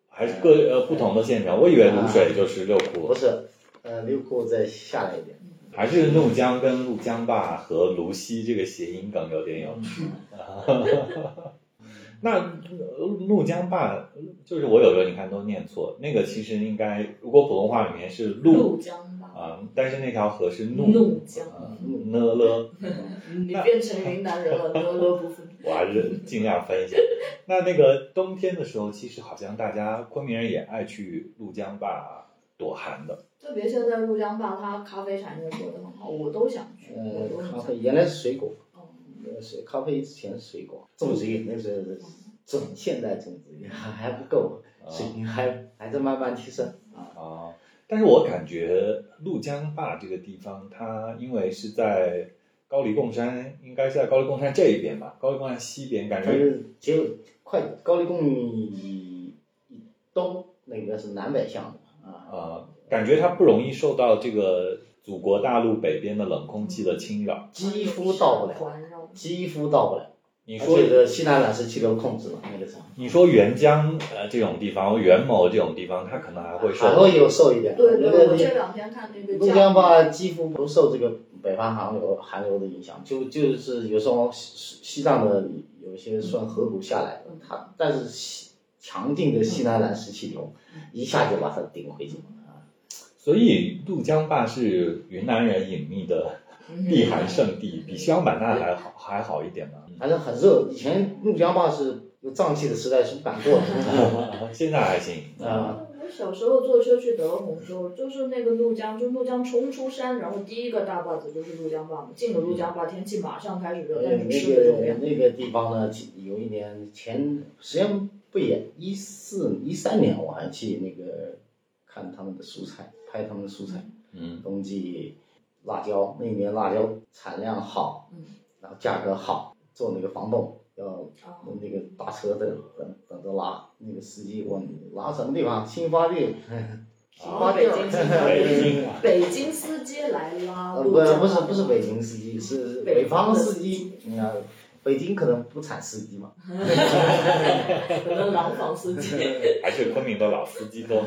[SPEAKER 2] 还是各呃不同的县城。我以
[SPEAKER 3] 啊
[SPEAKER 2] 为泸水就是六
[SPEAKER 1] 不
[SPEAKER 2] 库，
[SPEAKER 1] 是，呃，六库再下来一点。
[SPEAKER 2] 还是怒江跟怒江坝和泸溪这个谐音梗有点有趣。
[SPEAKER 3] 嗯
[SPEAKER 2] 那呃怒江坝就是我有时候你看都念错，那个其实应该如果普通话里面是
[SPEAKER 3] 怒
[SPEAKER 2] 路
[SPEAKER 3] 江吧，
[SPEAKER 2] 啊、但是那条河是怒
[SPEAKER 3] 怒江
[SPEAKER 2] 啊呢了，
[SPEAKER 3] 你变成云南人了，婀娜不分。
[SPEAKER 2] 我还是尽量分一下。那那个冬天的时候，其实好像大家昆明人也爱去怒江坝躲寒的，
[SPEAKER 3] 特别现在怒江坝，它咖啡产业做得很好，我都想去，我
[SPEAKER 1] 呃
[SPEAKER 3] 都，很
[SPEAKER 1] 咖
[SPEAKER 3] 想
[SPEAKER 1] 啡
[SPEAKER 3] 去。
[SPEAKER 1] 原来是水果，
[SPEAKER 3] 嗯
[SPEAKER 1] 呃，水咖啡之前是水果种植业，那是准现代种植业还还不够，水平还还在慢慢提升啊。
[SPEAKER 2] 啊，但是我感觉怒江坝这个地方，它因为是在高黎贡山，应该是在高黎贡山这一边吧，高黎贡山西边，感
[SPEAKER 1] 它
[SPEAKER 2] 觉
[SPEAKER 1] 是只有快高丽贡以以东那个是南北向的啊。
[SPEAKER 2] 呃，感觉它不容易受到这个祖国大陆北边的冷空气的侵扰。
[SPEAKER 1] 几乎到不了，
[SPEAKER 3] 环绕。
[SPEAKER 1] 几乎到不了。
[SPEAKER 2] 你
[SPEAKER 1] 你
[SPEAKER 2] 说，
[SPEAKER 1] 这个西南暖湿气流控制了那个啥，
[SPEAKER 2] 你说沅江呃这种地方，元谋这种地方，它可能还会受
[SPEAKER 1] 还会有瘦一点。
[SPEAKER 3] 对对，
[SPEAKER 1] 那个
[SPEAKER 3] 我
[SPEAKER 1] 你
[SPEAKER 3] 这两天看那个
[SPEAKER 1] 怒江坝几乎不受这个北方寒流寒流的影响，就就是有时候西西藏的有一些算河谷下来，它但是西强劲的西南暖湿气流一下就把它顶回去了。
[SPEAKER 2] 所以怒江坝是云南人隐秘的
[SPEAKER 1] 嗯
[SPEAKER 2] 避寒胜地，比西双版纳还好还好一点吧。
[SPEAKER 1] 反正很热。以前怒江吧是有瘴气的时代是不敢过的
[SPEAKER 2] 现在还行，嗯
[SPEAKER 1] 啊。
[SPEAKER 3] 呃我小时候坐车去德宏州，就是那个怒江，就怒江冲出山，然后第一个大坝子就是怒江坝嘛。进了怒江坝，天气马上开始热，
[SPEAKER 1] 哎那
[SPEAKER 3] 但是吃的就
[SPEAKER 1] 个
[SPEAKER 3] 变。
[SPEAKER 1] 那个地方呢，有一年前时间不远，一四一三年我还去那个看他们的蔬菜，拍他们的蔬菜，
[SPEAKER 2] 嗯，
[SPEAKER 1] 冬季辣椒，那年辣椒产量好，
[SPEAKER 3] 嗯
[SPEAKER 1] 然后价格好，做那个房东要
[SPEAKER 3] 啊，
[SPEAKER 1] 我们那个大车等等等着拉，那个司机问拉什么地方？新发地，新发地
[SPEAKER 3] 北
[SPEAKER 1] 儿，
[SPEAKER 3] 京新发地
[SPEAKER 2] 北京啊，
[SPEAKER 3] 北京司机来拉
[SPEAKER 1] 呃，
[SPEAKER 3] 怒
[SPEAKER 1] 不是
[SPEAKER 3] 江
[SPEAKER 1] 不是
[SPEAKER 3] 坝
[SPEAKER 1] 不是北京司机，是
[SPEAKER 3] 北
[SPEAKER 1] 北
[SPEAKER 3] 方
[SPEAKER 1] 方
[SPEAKER 3] 的
[SPEAKER 1] 司机。嗯啊，北京可能不产司机嘛，
[SPEAKER 3] 可能廊坊 司机。
[SPEAKER 2] 还是昆明的老司机多。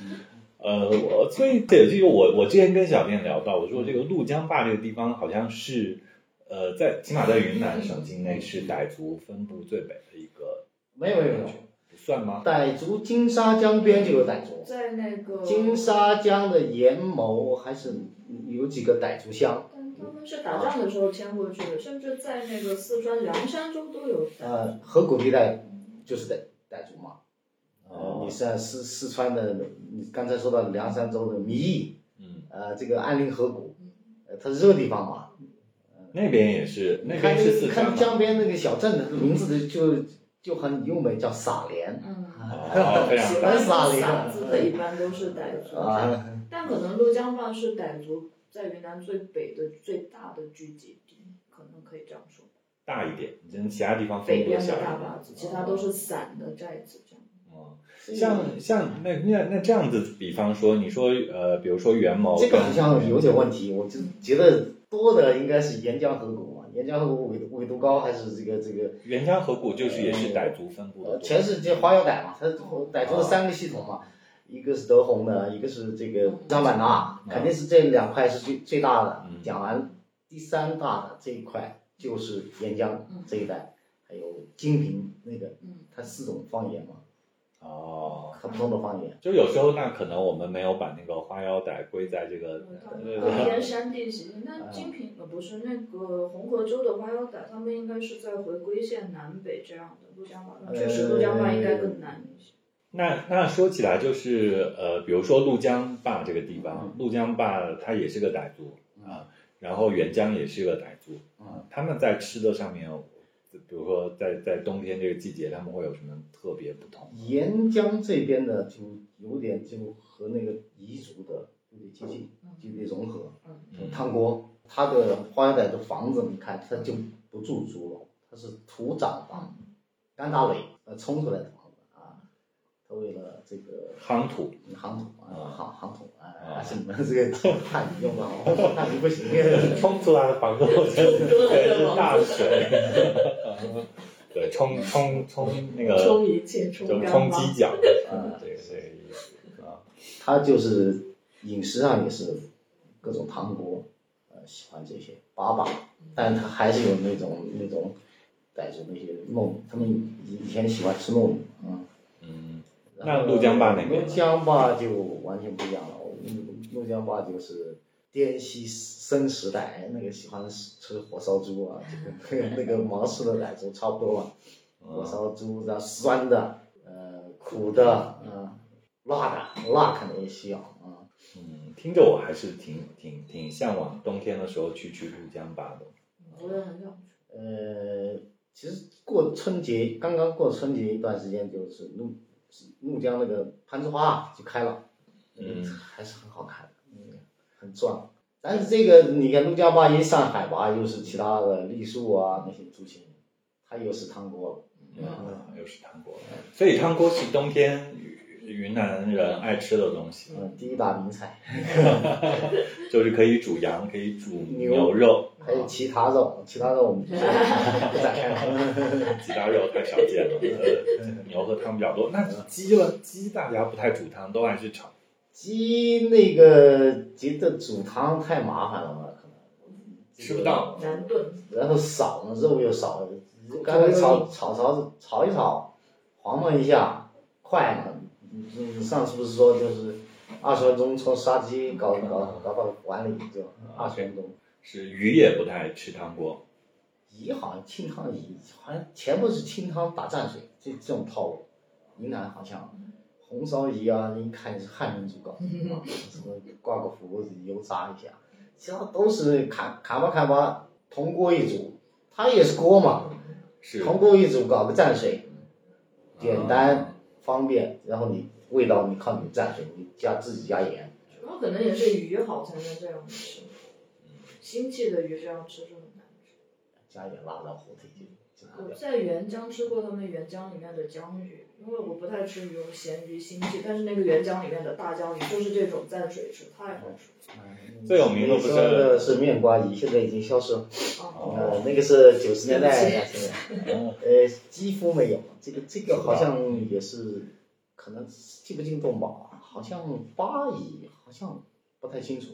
[SPEAKER 1] 嗯
[SPEAKER 2] 呃，我所以对，这个我我之前跟小店聊到，我说这个怒江坝这个地方好像是，呃，在起码在云南省境内是傣族分布最北的一个，
[SPEAKER 1] 没有没有没有。
[SPEAKER 2] 不算吗？
[SPEAKER 1] 傣族金沙江边就有傣族，
[SPEAKER 3] 在那个
[SPEAKER 1] 金，沙江的研谋还是有几个傣族乡，
[SPEAKER 3] 但他们是打仗的时候迁过去的，甚至在那个四川凉山州都有。
[SPEAKER 1] 呃，河谷地带就是傣傣族嘛。呃，
[SPEAKER 2] 哦
[SPEAKER 1] 你，像四四川的，你刚才说到凉山州的米易，
[SPEAKER 2] 嗯，
[SPEAKER 1] 呃，这个安林河谷，呃，它是热地方嘛，
[SPEAKER 2] 那边也是，那边
[SPEAKER 1] 看
[SPEAKER 2] 是
[SPEAKER 1] 那
[SPEAKER 2] 四
[SPEAKER 1] 个
[SPEAKER 2] 川
[SPEAKER 1] 看
[SPEAKER 2] 吗？
[SPEAKER 1] 江边那个小镇的名字就就很优美，叫撒莲
[SPEAKER 3] 嗯，
[SPEAKER 2] 哦，
[SPEAKER 1] 啊
[SPEAKER 2] 非常
[SPEAKER 3] 喜
[SPEAKER 2] 大
[SPEAKER 3] 欢
[SPEAKER 1] 很傻的一
[SPEAKER 3] 用
[SPEAKER 1] 个
[SPEAKER 3] 嗓子的一般都是傣族，
[SPEAKER 1] 啊，
[SPEAKER 3] 但可能怒江坝是傣族在云南最北的最大的聚集地，可能可以这样说。
[SPEAKER 2] 大一点，真其他地方分
[SPEAKER 3] 北
[SPEAKER 2] 布
[SPEAKER 3] 边
[SPEAKER 2] 得
[SPEAKER 3] 的
[SPEAKER 2] 小一
[SPEAKER 3] 大
[SPEAKER 2] 点
[SPEAKER 3] 坝子，其他都是散的寨子这样。
[SPEAKER 2] 嗯像像那那那这样子，比方说，你说呃，比如说元谋
[SPEAKER 1] 哎这
[SPEAKER 2] 跟，
[SPEAKER 1] 个好像有点问题，我就觉得多的应该是沿江河谷嘛，沿江河谷纬度纬度高还是这个这个，
[SPEAKER 2] 元江河谷就是也是傣族分布的
[SPEAKER 1] 呃，
[SPEAKER 2] 多，
[SPEAKER 1] 全世界花腰傣嘛，它傣族的三个系统嘛。一个是德宏的，一个是这个张版纳，肯定是这两块是最最大的
[SPEAKER 2] 嗯。
[SPEAKER 1] 讲完第三大的这一块就是沿江这一带，还有金平那个
[SPEAKER 3] 嗯，
[SPEAKER 1] 它四种方言嘛，
[SPEAKER 2] 哦。
[SPEAKER 1] 它不同的方言。
[SPEAKER 2] 就有时候，那可能我们没有把那个花腰傣归在这个，
[SPEAKER 3] 嗯
[SPEAKER 2] 呃对
[SPEAKER 3] 高
[SPEAKER 2] 对
[SPEAKER 3] 原山地形，那
[SPEAKER 1] 嗯
[SPEAKER 3] 金平呃不是那个红河州的花腰傣，他们应该是在回归线南北这样的。怒江坝，
[SPEAKER 1] 哎
[SPEAKER 3] 那确实怒江坝应该更南一些。
[SPEAKER 2] 那那说起来就是呃，比如说怒江坝这个地方，怒江坝它也是个傣族啊，然后元江也是个傣族啊，他们在吃的上面，比如说在在冬天这个季节，他们会有什么特别不同？
[SPEAKER 1] 沿江这边呢，就有点就和那个彝族的有点接近，有点融合。
[SPEAKER 2] 嗯
[SPEAKER 1] 汤锅，它的花园仔的房子，你看它就不住竹楼，它是土掌房，
[SPEAKER 2] 嗯
[SPEAKER 1] 干大垒呃冲出来的房子啊，它为了这个
[SPEAKER 2] 夯土，
[SPEAKER 1] 夯土
[SPEAKER 2] 啊
[SPEAKER 1] 啊，夯夯土啊
[SPEAKER 2] 啊，
[SPEAKER 1] 什么这个汉语用不好， 汉语不行。
[SPEAKER 2] 冲出来的房子，我觉得全是大水， 对，冲冲冲那个
[SPEAKER 3] 冲一切，冲
[SPEAKER 2] 就
[SPEAKER 3] 干
[SPEAKER 2] 冲
[SPEAKER 3] 妈
[SPEAKER 2] 犄 角，
[SPEAKER 1] 啊
[SPEAKER 2] 对这个意思啊，
[SPEAKER 1] 他就是饮食上也是各种糖果，呃，喜欢这些粑粑，
[SPEAKER 2] 嗯
[SPEAKER 1] 但他还是有那种那种傣族那些糯米，他们以前喜欢吃糯米，嗯。
[SPEAKER 2] 嗯，
[SPEAKER 1] 然后
[SPEAKER 2] 那怒江坝那边呢
[SPEAKER 1] 怒江坝就完全不一样了，我们怒江坝就是滇西生时代，那个喜欢吃火烧猪啊，这个那个毛氏的傣族差不多 嘛，
[SPEAKER 2] 啊
[SPEAKER 1] 火烧猪然后酸的，呃，苦的，啊，辣的，辣肯定也需要啊。
[SPEAKER 2] 嗯，听着我还是挺挺挺向往冬天的时候去去怒江坝的。
[SPEAKER 3] 我也很想
[SPEAKER 1] 呃，其实过春节刚刚过春节一段时间，就是怒怒江那个攀枝花就开了，
[SPEAKER 2] 嗯
[SPEAKER 1] 还是很好看的，嗯，很壮。但是这个你看，陆家坝一上海吧，又是其他的栗树啊那些竹青，它又是汤锅了。
[SPEAKER 2] 嗯，又是汤锅，所以汤锅是冬天云南人爱吃的东西，
[SPEAKER 1] 嗯，第一大名菜，
[SPEAKER 2] 就是可以煮羊，可以煮牛肉，
[SPEAKER 1] 还有其他肉，其他肉我们不不展开了。
[SPEAKER 2] 其他啊肉太少见 了，呃牛和汤比较多。那鸡了，鸡大家不太煮汤，都爱去炒。
[SPEAKER 1] 鸡那个觉得煮汤太麻烦了嘛，可能
[SPEAKER 2] 吃不到
[SPEAKER 3] 南炖。
[SPEAKER 1] 然后少呢，肉又少，刚才炒炒炒炒一炒，黄焖一下，快嘛。你你上次不是说就是二十分钟从杀鸡搞搞搞到碗里就二十分钟。
[SPEAKER 2] 是鱼也不太吃汤锅，
[SPEAKER 1] 鱼好像清汤鱼，好像全部是清汤打蘸水，这这种套路。云南好像红烧鱼啊，一看是汉人主搞，啊什么挂个糊油炸一下，其他都是砍砍吧砍吧，铜锅一煮，它也是锅嘛，
[SPEAKER 2] 是
[SPEAKER 1] 铜锅一煮搞个蘸水，
[SPEAKER 2] 啊
[SPEAKER 1] 简单方便，然后你味道你靠你蘸水，你加自己加盐。
[SPEAKER 3] 主要可能也是鱼好才能这样吃，腥气的鱼这样吃是很难吃。
[SPEAKER 1] 加点辣椒火腿就就好
[SPEAKER 3] 我
[SPEAKER 1] 了。
[SPEAKER 3] 在元江吃过他们元江里面的江鱼，因为我不太吃鱼，我咸鱼腥气，但是那个元江里面的大江鱼就是这种蘸水吃，太好吃了。
[SPEAKER 2] 最有名的不是
[SPEAKER 1] 你说的是面瓜鱼，现在已经消失了。
[SPEAKER 3] 啊，
[SPEAKER 1] 呃，那个是九十年代
[SPEAKER 3] 对
[SPEAKER 1] 的，现在， 呃，几乎没有。这个这个好像也是，可能进不进动保，好像巴以好像不太 清楚。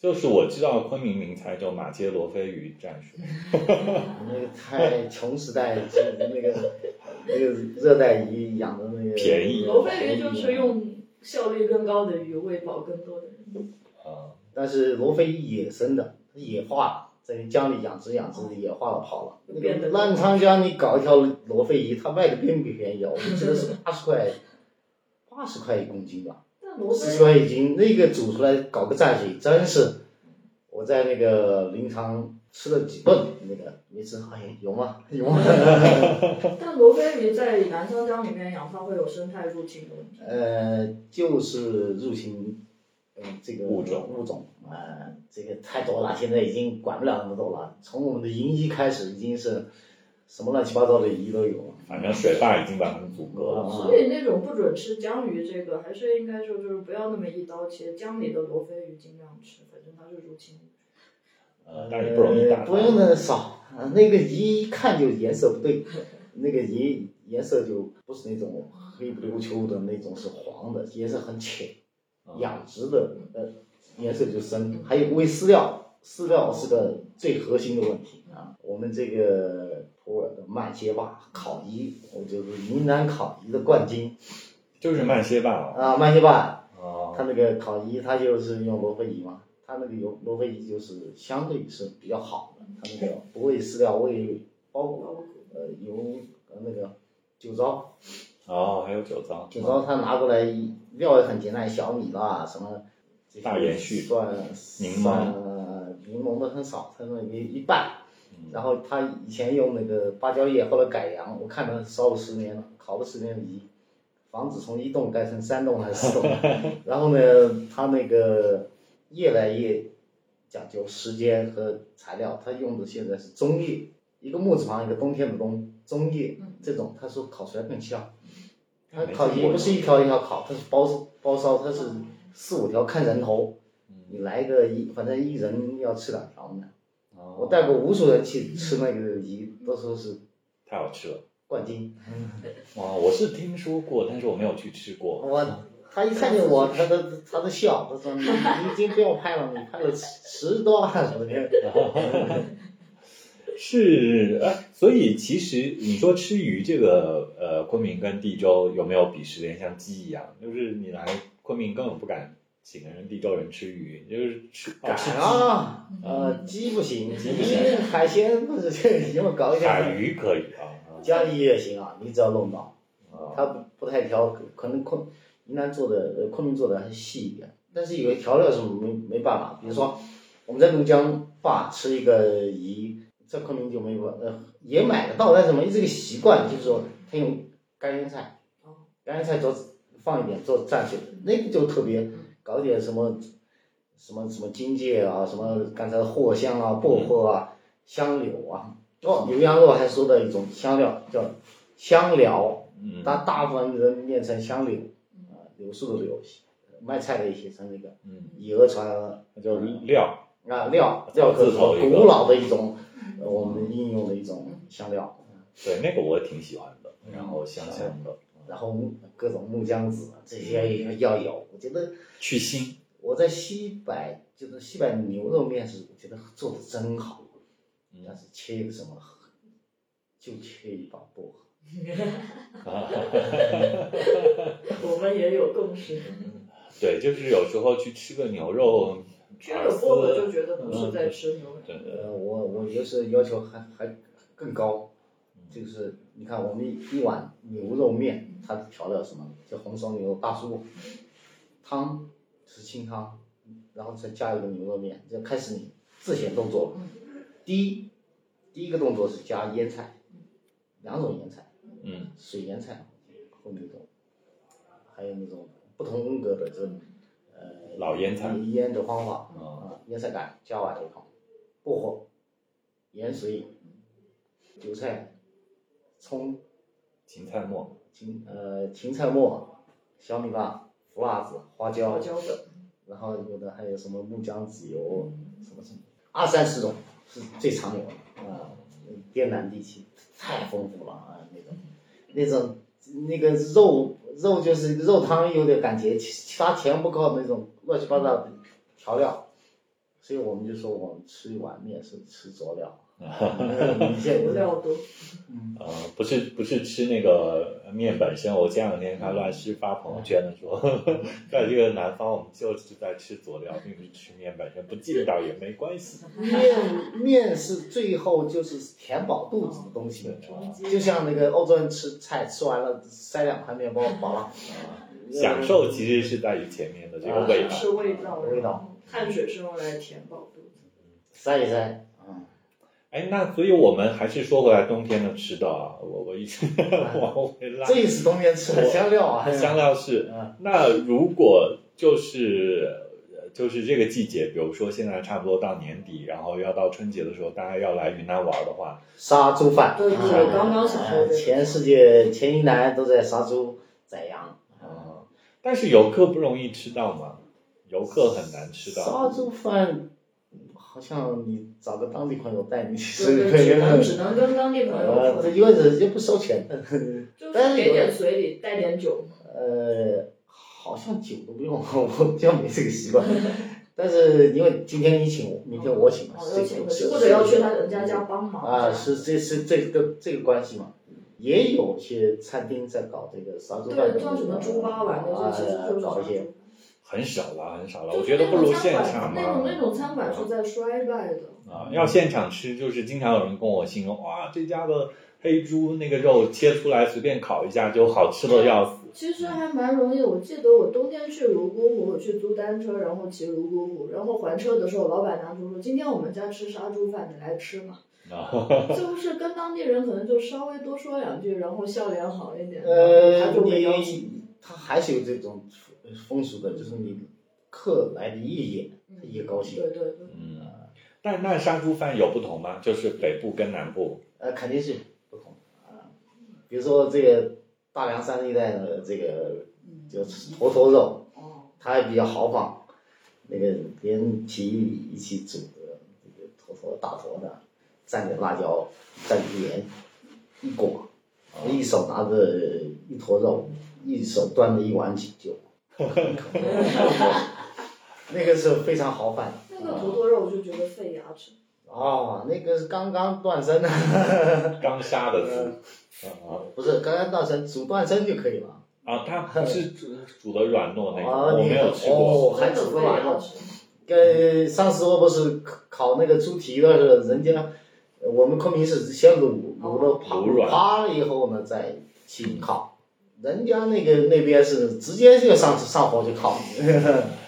[SPEAKER 2] 就是我知道昆明名菜就马街罗非鱼蘸水，
[SPEAKER 1] 那个太穷时代，就是那个呃那个热带鱼养的那个
[SPEAKER 2] 便宜
[SPEAKER 3] 罗非鱼就是，用效率更高的鱼喂饱更多的人。
[SPEAKER 2] 啊、
[SPEAKER 1] 但是罗非鱼野生的，野化了，在江里养殖养殖野化了跑了。那
[SPEAKER 3] 哦变得
[SPEAKER 1] 个澜沧江你搞一条罗非鱼，它卖的并不便宜 啊，我记得是八十块，八十块一公斤吧。
[SPEAKER 3] 但罗
[SPEAKER 1] 四十
[SPEAKER 3] 非
[SPEAKER 1] 块已经那个煮出来搞个蘸水，真是我在那个临沧吃了几顿那个，没吃，哎，有吗？ 有吗？
[SPEAKER 3] 但罗非鱼在南湘江里面养，它会有生态入侵的问题。
[SPEAKER 1] 呃，就是入侵，呃，这个
[SPEAKER 2] 物种
[SPEAKER 1] 物种，呃，这个太多了，现在已经管不了那么多了。从我们的银一开始，已经是什么乱七八糟的鱼都有了。
[SPEAKER 2] 反正水坝已经把它们阻隔了。
[SPEAKER 1] 啊
[SPEAKER 3] 所以那种不准吃江鱼，这个还是应该说就是不要那么一刀切，江里的罗非鱼尽量吃，反正它是入侵物。
[SPEAKER 2] 呃，但是不容易打
[SPEAKER 1] 呃
[SPEAKER 2] 到。
[SPEAKER 1] 不用的少，呃那个鱼一看就颜色不对， 那个鱼颜色就不是那种黑不溜秋的那种，是黄的，颜色很浅，养殖的
[SPEAKER 2] 嗯
[SPEAKER 1] 呃颜色就深。还有喂饲料，饲料是个最核心的问题
[SPEAKER 2] 嗯
[SPEAKER 1] 啊。我们这个普洱的麦街坝烤鱼，我就是云南烤鱼的冠军
[SPEAKER 2] 就是慢些吧。
[SPEAKER 1] 啊，麦街坝
[SPEAKER 2] 哦，
[SPEAKER 1] 它那个烤鱼，它就是用罗非鱼嘛，它那个油罗非鱼就是相对是比较好的，它那个不喂饲料，喂包谷，呃油呃那个酒糟，
[SPEAKER 2] 哦，还有酒糟。
[SPEAKER 1] 酒糟它拿过来料也很简单，小米啦什么，这些
[SPEAKER 2] 大延续
[SPEAKER 1] 蒜
[SPEAKER 2] 柠檬
[SPEAKER 1] 蒜呃柠檬的很少，它那个一半，
[SPEAKER 2] 嗯
[SPEAKER 1] 然后它以前用那个芭蕉叶，后来改良，我看它烧了十年了，烤了十年的鱼，房子从一栋盖成三栋还是四 栋，然后呢，它那个越来越讲究时间和材料，它用的现在是中叶，一个木字旁一个冬天的冬，中叶
[SPEAKER 3] 嗯
[SPEAKER 1] 这种，他说烤出来更香。它
[SPEAKER 2] 没
[SPEAKER 1] 烤
[SPEAKER 2] 见
[SPEAKER 1] 鱼
[SPEAKER 2] 过
[SPEAKER 1] 不是一条一条烤，它是包包烧，它是四五条看人头，
[SPEAKER 2] 嗯
[SPEAKER 1] 你来个一，反正一人要吃两条呢。
[SPEAKER 2] 哦
[SPEAKER 1] 我带过无数人去吃那个鱼，都说是
[SPEAKER 2] 太好吃了。
[SPEAKER 1] 冠军。
[SPEAKER 2] 哇，我是听说过，但是我没有去吃过。
[SPEAKER 1] 我他一看见我，他都他都笑，他说你你已经不要拍了，你拍了十十多万什么的。
[SPEAKER 2] 是，哎，所以其实你说吃鱼这个，呃，昆明跟地州有没有鄙视链？像鸡一样，就是你来昆明根本不敢请人地州人吃鱼，就是吃哦吃
[SPEAKER 1] 敢啊，呃，鸡不行，鸡海鲜不是这个，们搞一
[SPEAKER 2] 鸡海
[SPEAKER 1] 点。
[SPEAKER 2] 鱼可以啊。啊
[SPEAKER 1] 江鱼也行啊，你只要弄到，
[SPEAKER 2] 啊
[SPEAKER 1] 它不不太挑，可能昆云南做的呃昆明做的还细一点，但是有些调料是没没办法，比如说我们在怒江坝吃一个鱼，在昆明就没有办呃也买得到，但是没这个习惯，就是说他用干腌菜
[SPEAKER 3] 哦，
[SPEAKER 1] 干腌菜做放一点做蘸水，那个就特别搞点什么什么什么荆芥啊，什么刚才的藿香啊、薄荷啊、香柳啊，哦，牛羊肉还说的一种香料叫香料。
[SPEAKER 2] 嗯，
[SPEAKER 1] 但大部分人念成香柳，啊、柳树的柳，卖菜的也写成那个，
[SPEAKER 2] 嗯，
[SPEAKER 1] 以讹传讹，
[SPEAKER 2] 那就是料。
[SPEAKER 1] 啊料料可
[SPEAKER 2] 字头一个嗯
[SPEAKER 1] 古老的一种，呃我们应用的一种香料，
[SPEAKER 2] 对，那个我也挺喜欢的，然后香香的，
[SPEAKER 1] 然后木各种木姜子这些也要有，我觉得
[SPEAKER 2] 去腥。
[SPEAKER 1] 我在西北就是西北牛肉面是我觉得做的真好，
[SPEAKER 2] 嗯
[SPEAKER 1] 但是切一个什么，就切一把薄荷。
[SPEAKER 3] 我们也有共识。
[SPEAKER 2] 对，就是有时候去吃个牛肉，
[SPEAKER 3] 觉
[SPEAKER 2] 耳
[SPEAKER 3] 得
[SPEAKER 2] 丝
[SPEAKER 3] 过了就觉得不是
[SPEAKER 2] 嗯
[SPEAKER 3] 在吃牛肉。
[SPEAKER 2] 对对对
[SPEAKER 1] 呃，我我就是要求还还更高，就是你看我们一碗牛肉面，它调料什么？就红烧牛肉大酥，汤是清汤，然后再加一个牛肉面，就开始你自选动作。第一，第一个动作是加腌菜，两种腌菜，
[SPEAKER 2] 嗯
[SPEAKER 1] 水腌菜和那种，还有那种不同风格的这种，呃，
[SPEAKER 2] 老腌菜
[SPEAKER 1] 腌的方法。
[SPEAKER 2] 嗯
[SPEAKER 1] 啊，腌菜干、加瓦油汤、薄荷、盐水、韭菜、葱、
[SPEAKER 2] 芹菜末，
[SPEAKER 1] 芹呃芹菜末、小米辣、胡辣子、花椒，
[SPEAKER 3] 花椒粉，
[SPEAKER 1] 然后有的还有什么木姜子油，什么什么，二三十种是最常有的啊。滇南地区太丰富了啊，那种那种那个肉肉就是肉汤有点感觉，其其他全部靠那种乱七八糟的调料，所以我们就说我们吃一碗面是吃佐料，嗯你现
[SPEAKER 3] 油
[SPEAKER 1] 在
[SPEAKER 3] 料多。
[SPEAKER 2] 呃，不是不是吃那个面本身，我前两天看乱师发朋友圈的说， 在这个南方我们就是在吃佐料，并不是吃面本身，不劲道也没关系。
[SPEAKER 1] 面面是最后就是填饱肚子的东西。
[SPEAKER 3] 嗯
[SPEAKER 1] 就像那个欧洲人吃菜，吃完了塞两块面包饱了，
[SPEAKER 2] 享受其实是在于前面的这个味
[SPEAKER 3] 啊是
[SPEAKER 2] 道。
[SPEAKER 3] 吃味道，
[SPEAKER 1] 味道，
[SPEAKER 3] 汗水是用来填饱肚子。
[SPEAKER 1] 塞一塞，嗯，
[SPEAKER 2] 哎，那所以我们还是说回来冬天的吃的啊，我我一直 往回拉
[SPEAKER 1] 这。也是冬天吃的香料啊，
[SPEAKER 2] 香料是，那如果就是呃就是这个季节，比如说现在差不多到年底，然后要到春节的时候，大家要来云南玩的话，
[SPEAKER 1] 杀猪饭，
[SPEAKER 3] 对对
[SPEAKER 2] 对
[SPEAKER 1] 嗯
[SPEAKER 3] 刚刚想说这个
[SPEAKER 1] 全世界全云南都在杀猪宰羊，
[SPEAKER 2] 啊，但是游客不容易吃到嘛，游客很难吃
[SPEAKER 1] 杀
[SPEAKER 2] 到。
[SPEAKER 1] 猪饭好像你找个当地朋友带你去吃
[SPEAKER 3] 对，
[SPEAKER 1] 可以
[SPEAKER 3] 只能只
[SPEAKER 1] 的，
[SPEAKER 3] 能跟当地朋友
[SPEAKER 1] 呃，这
[SPEAKER 3] 说，
[SPEAKER 1] 因为人家不收钱，
[SPEAKER 3] 就是给点随礼，带点酒。
[SPEAKER 1] 呃，好像酒都不用， 我就没这个习惯。但是因为今天你请，明天我请嘛，
[SPEAKER 3] 哦
[SPEAKER 1] 是
[SPEAKER 3] 要
[SPEAKER 1] 这
[SPEAKER 3] 请
[SPEAKER 1] 个
[SPEAKER 3] 客
[SPEAKER 1] 是
[SPEAKER 3] 或者要去他人家家帮忙
[SPEAKER 1] 啊，是这是这个这个关系嘛。也有些餐厅在搞这个杀猪饭
[SPEAKER 3] 对，像啊什么猪八碗那些，其实就是
[SPEAKER 1] 啊搞一些。
[SPEAKER 2] 很少了，很少了，
[SPEAKER 3] 就
[SPEAKER 2] 我
[SPEAKER 3] 是
[SPEAKER 2] 觉得
[SPEAKER 3] 那
[SPEAKER 2] 不如
[SPEAKER 3] 种
[SPEAKER 2] 现
[SPEAKER 3] 餐
[SPEAKER 2] 场
[SPEAKER 3] 馆，
[SPEAKER 2] 嘛。
[SPEAKER 3] 啊那种那种餐馆
[SPEAKER 2] 嗯
[SPEAKER 3] 是在衰败的。
[SPEAKER 2] 啊，要现场吃，就是经常有人跟我形容，哇，这家的黑猪那个肉切出来随便烤一下就好吃的要死。
[SPEAKER 3] 其实还蛮容易，我记得我冬天去泸沽湖，我去租单车，然后骑泸沽湖，然后还车的时候，老板娘就说：“今天我们家吃杀猪饭，你来吃 嘛。
[SPEAKER 2] 啊，”
[SPEAKER 3] 就是跟当地人可能就稍微多说两句，然后笑脸好一点，
[SPEAKER 1] 呃
[SPEAKER 3] 他，就会邀请。
[SPEAKER 1] 你他还是有这种风俗的，就是你客来的意见，他也高兴。
[SPEAKER 3] 嗯对对对，
[SPEAKER 2] 嗯，但那杀猪饭有不同吗？就是北部跟南部。
[SPEAKER 1] 呃，肯定是不同啊。比如说这个大凉山一带的这个就是坨坨肉，
[SPEAKER 3] 嗯哦，
[SPEAKER 1] 它还比较豪放，那个连皮一起煮的，这个坨坨大坨的，蘸点辣椒，蘸点盐，一裹，一手拿着一坨肉，一手端着一碗酒， 那个是非常豪放。
[SPEAKER 3] 那个坨坨肉我就觉得费牙齿，
[SPEAKER 1] 哦，那个是刚刚断生的，
[SPEAKER 2] 刚杀的猪，啊
[SPEAKER 1] 不是刚刚断生，煮断生就可以了。
[SPEAKER 2] 啊，它不是煮煮的软糯那
[SPEAKER 1] 哦
[SPEAKER 2] 个，我
[SPEAKER 1] 嗯你
[SPEAKER 2] 没有吃过。
[SPEAKER 1] 哦还煮
[SPEAKER 3] 费
[SPEAKER 1] 过吧
[SPEAKER 3] 牙齿。
[SPEAKER 1] 呃，上次我不是烤那个猪蹄的时候，人家呃我们昆明市先卤卤了趴
[SPEAKER 2] 卤软
[SPEAKER 1] 趴了以后呢，再去烤。人家那个那边是直接就上上火就烤。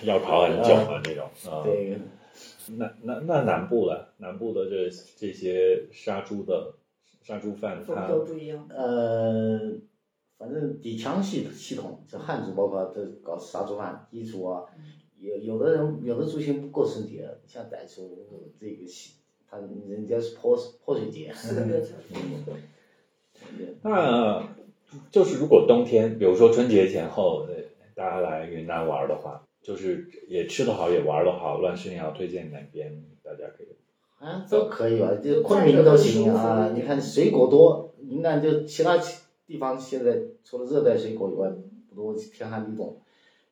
[SPEAKER 2] 要烤很久啊，这种啊。
[SPEAKER 1] 对，
[SPEAKER 2] 那那那南部了，南部的这这些杀猪的杀猪饭，
[SPEAKER 3] 风
[SPEAKER 2] 它
[SPEAKER 3] 格不一样，
[SPEAKER 1] 呃，反正底墙系系统，这汉族包括这搞杀猪饭、彝族啊，有有的人有的族群不够春节，像傣族这个系，他人家是泼泼水节。
[SPEAKER 3] 四个月才
[SPEAKER 2] 嗯
[SPEAKER 3] 出。
[SPEAKER 2] 那就是如果冬天，比如说春节前后，呃大家来云南玩的话，就是也吃得好，也玩得好，乱世你要推荐哪边？大家可以
[SPEAKER 1] 啊，都可以吧，就昆明都行啊。你看水果多，云南就其他地方现在除了热带水果以外，不多天寒地冻。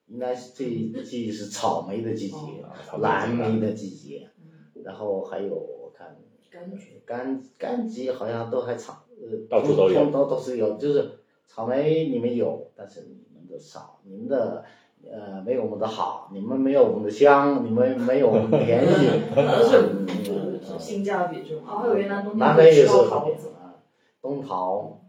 [SPEAKER 1] 云南这一季是草莓的季节
[SPEAKER 2] 哦，草莓
[SPEAKER 1] 蓝
[SPEAKER 2] 季
[SPEAKER 1] 莓的季节，啊
[SPEAKER 3] 嗯
[SPEAKER 1] 然后还有我看呃
[SPEAKER 3] 柑橘，，
[SPEAKER 1] 柑柑橘好像都还草，呃，
[SPEAKER 2] 到处都有
[SPEAKER 1] 都都都是有，就是草莓你们有，但是你们的少，你们的呃，没有我们的好，你们没有我们的香，你们没有我们的便 宜
[SPEAKER 3] 都是
[SPEAKER 1] 嗯嗯
[SPEAKER 3] 就是性价比这种。哦，还有原来东
[SPEAKER 1] 南
[SPEAKER 3] 南
[SPEAKER 1] 非
[SPEAKER 3] 也
[SPEAKER 1] 也是
[SPEAKER 3] 吃到
[SPEAKER 1] 有
[SPEAKER 3] 桃
[SPEAKER 1] 点
[SPEAKER 3] 子，
[SPEAKER 1] 啊，东桃，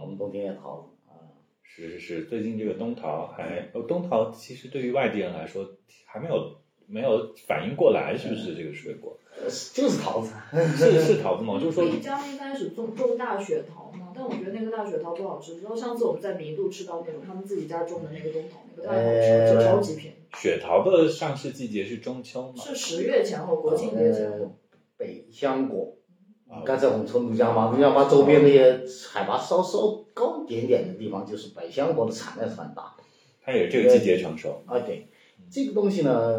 [SPEAKER 1] 我们
[SPEAKER 2] 嗯
[SPEAKER 1] 冬天也桃子啊，
[SPEAKER 2] 是是是，最近这个东桃还，呃东桃其实对于外地人来说还没有没有反应过来，是不是这个水果？
[SPEAKER 1] 呃就是桃子，
[SPEAKER 3] 嗯
[SPEAKER 2] 是是桃子吗？就是说，
[SPEAKER 3] 丽江一开始种种大雪桃嘛，但我觉得那个大雪桃不好吃。然后上次我们在麋鹿吃到那种他们自己家种的那个冬桃，那个太好吃了，而且超级便宜，
[SPEAKER 2] 雪桃的上市季节是中秋嘛？
[SPEAKER 3] 是十月前后，国庆节前后
[SPEAKER 1] 呃。，北香果
[SPEAKER 2] 啊，
[SPEAKER 1] 刚才我们从庐江嘛，庐江嘛周边那些海拔稍稍高一点点的地方，就是北香果的产量是很大的。
[SPEAKER 2] 它也是这个季节成熟。
[SPEAKER 1] 啊，对，这个东西呢，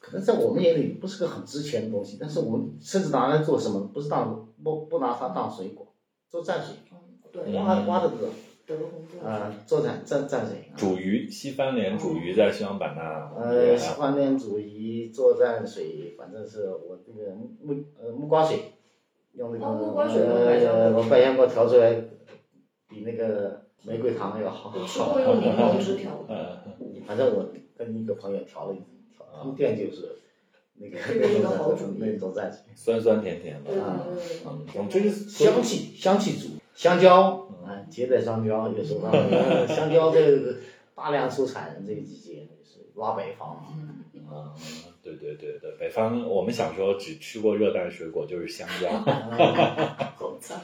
[SPEAKER 1] 可能在我们眼里不是个很值钱的东西，但是我们甚至拿来做什么？不是当不不拿它当水果，做蘸水，
[SPEAKER 3] 嗯，对，
[SPEAKER 2] 嗯
[SPEAKER 1] 挖挖的歌
[SPEAKER 3] 德宏对。
[SPEAKER 1] 啊，做蘸蘸蘸水啊，
[SPEAKER 2] 煮鱼，西番莲煮鱼在西双版纳，
[SPEAKER 3] 嗯
[SPEAKER 2] 啊
[SPEAKER 1] 呃，喜欢练煮鱼做蘸水，反正是我这个木呃木瓜水，用那个
[SPEAKER 3] 哦木瓜水跟百香
[SPEAKER 1] 呃
[SPEAKER 3] 果
[SPEAKER 1] 我百香果调出来，比那个玫瑰糖要好。
[SPEAKER 3] 我吃过用柠檬汁调的，
[SPEAKER 2] 呃，
[SPEAKER 1] 反正我跟一个朋友调了一调，他们店就是那个
[SPEAKER 3] 这个是个
[SPEAKER 1] 那
[SPEAKER 3] 好
[SPEAKER 1] 种
[SPEAKER 3] 主意
[SPEAKER 1] 那种蘸水，
[SPEAKER 2] 酸酸甜甜的
[SPEAKER 3] 对，对对对。
[SPEAKER 2] 嗯，总之是
[SPEAKER 1] 香气香气足，香蕉啊，接待香蕉，有 时候让人香蕉这个大量出产这个季节就是拉北方，
[SPEAKER 3] 嗯，
[SPEAKER 2] 嗯，对对对对，北方我们小时候只吃过热带水果，就是香蕉。
[SPEAKER 3] 好惨。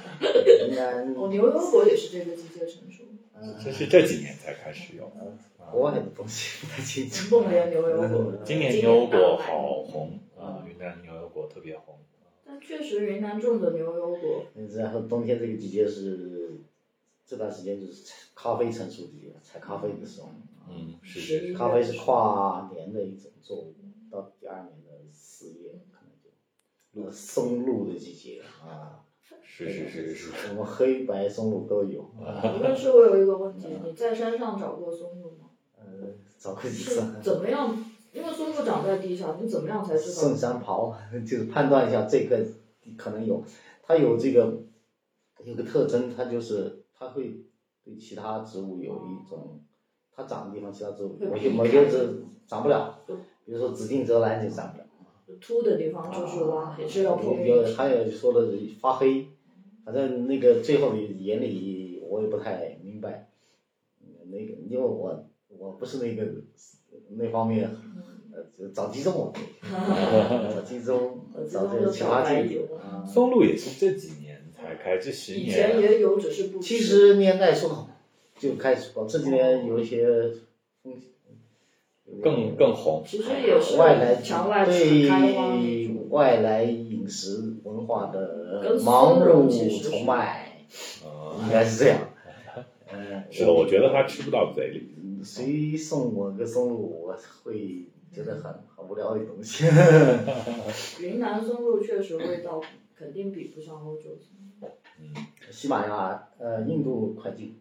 [SPEAKER 1] 云南
[SPEAKER 3] 哦，牛油果也是这个季节成熟，
[SPEAKER 2] 这是这几年才开始有。
[SPEAKER 3] 嗯
[SPEAKER 1] 国外的东西不太清楚。
[SPEAKER 3] 孟连牛油果。
[SPEAKER 2] 今年牛油果
[SPEAKER 3] 大卖
[SPEAKER 2] 好红啊，云南牛油果特别红。啊
[SPEAKER 3] 但确实云南种的牛油果，
[SPEAKER 1] 然后冬天这个季节是这段时间就是采咖啡成熟季节，采咖啡的时候。
[SPEAKER 2] 嗯，是是是，
[SPEAKER 1] 咖啡是跨年的一种作物，到第二年的四月可能就呃松露的季节啊，
[SPEAKER 2] 是是是是，
[SPEAKER 1] 我们黑白松露都有啊，
[SPEAKER 3] 无论是我有一个问题，你在山上找过松露吗？
[SPEAKER 1] 呃，找过几
[SPEAKER 3] 是
[SPEAKER 1] 次，
[SPEAKER 3] 怎么样？因为松露长在地上，你怎么样才知
[SPEAKER 1] 圣
[SPEAKER 3] 道？
[SPEAKER 1] 山刨，就是判断一下这个可能有，它有这个有个特征，它就是它会对其他植物有一种，它长的地方其他植物
[SPEAKER 3] 会
[SPEAKER 1] 某
[SPEAKER 3] 避
[SPEAKER 1] 些
[SPEAKER 3] 开
[SPEAKER 1] 某些植长不了
[SPEAKER 3] 对，
[SPEAKER 1] 比如说紫禁泽兰就长不了。
[SPEAKER 3] 秃的地方就是挖，也是要
[SPEAKER 1] 有
[SPEAKER 3] 注
[SPEAKER 1] 有
[SPEAKER 3] 意。
[SPEAKER 1] 还有说的发黑，反正那个最后的原理我也不太明白，嗯那个因为我我不是那个那方面，
[SPEAKER 3] 嗯
[SPEAKER 1] 呃，就早集中 我，早集中
[SPEAKER 3] 早集
[SPEAKER 1] 早
[SPEAKER 3] 中
[SPEAKER 1] 这个
[SPEAKER 3] 就
[SPEAKER 1] 洗发
[SPEAKER 3] 漂白
[SPEAKER 1] 剂
[SPEAKER 3] 油
[SPEAKER 1] 啊，
[SPEAKER 2] 松露也是这几年才开，这十
[SPEAKER 3] 以前
[SPEAKER 2] 年
[SPEAKER 3] 也有，只是不
[SPEAKER 1] 七十年代出口就开始搞，这几年有一些风险，
[SPEAKER 2] 更更红。
[SPEAKER 3] 其实也是
[SPEAKER 1] 外来
[SPEAKER 3] 墙外
[SPEAKER 1] 对
[SPEAKER 3] 开花那种。
[SPEAKER 1] 外来饮食文化的
[SPEAKER 3] 跟
[SPEAKER 1] 盲
[SPEAKER 3] 丝绒
[SPEAKER 1] 目
[SPEAKER 3] 其实是
[SPEAKER 1] 崇拜， 应
[SPEAKER 2] 嗯，
[SPEAKER 1] 该是这样。嗯，
[SPEAKER 2] 是的，我觉得它吃不到嘴里。
[SPEAKER 1] 谁送我个松露，我会觉得很很无聊的东西。
[SPEAKER 3] 云南松露确实味道肯定比不上欧洲松露。
[SPEAKER 2] 嗯，
[SPEAKER 1] 西班牙、呃，印度快进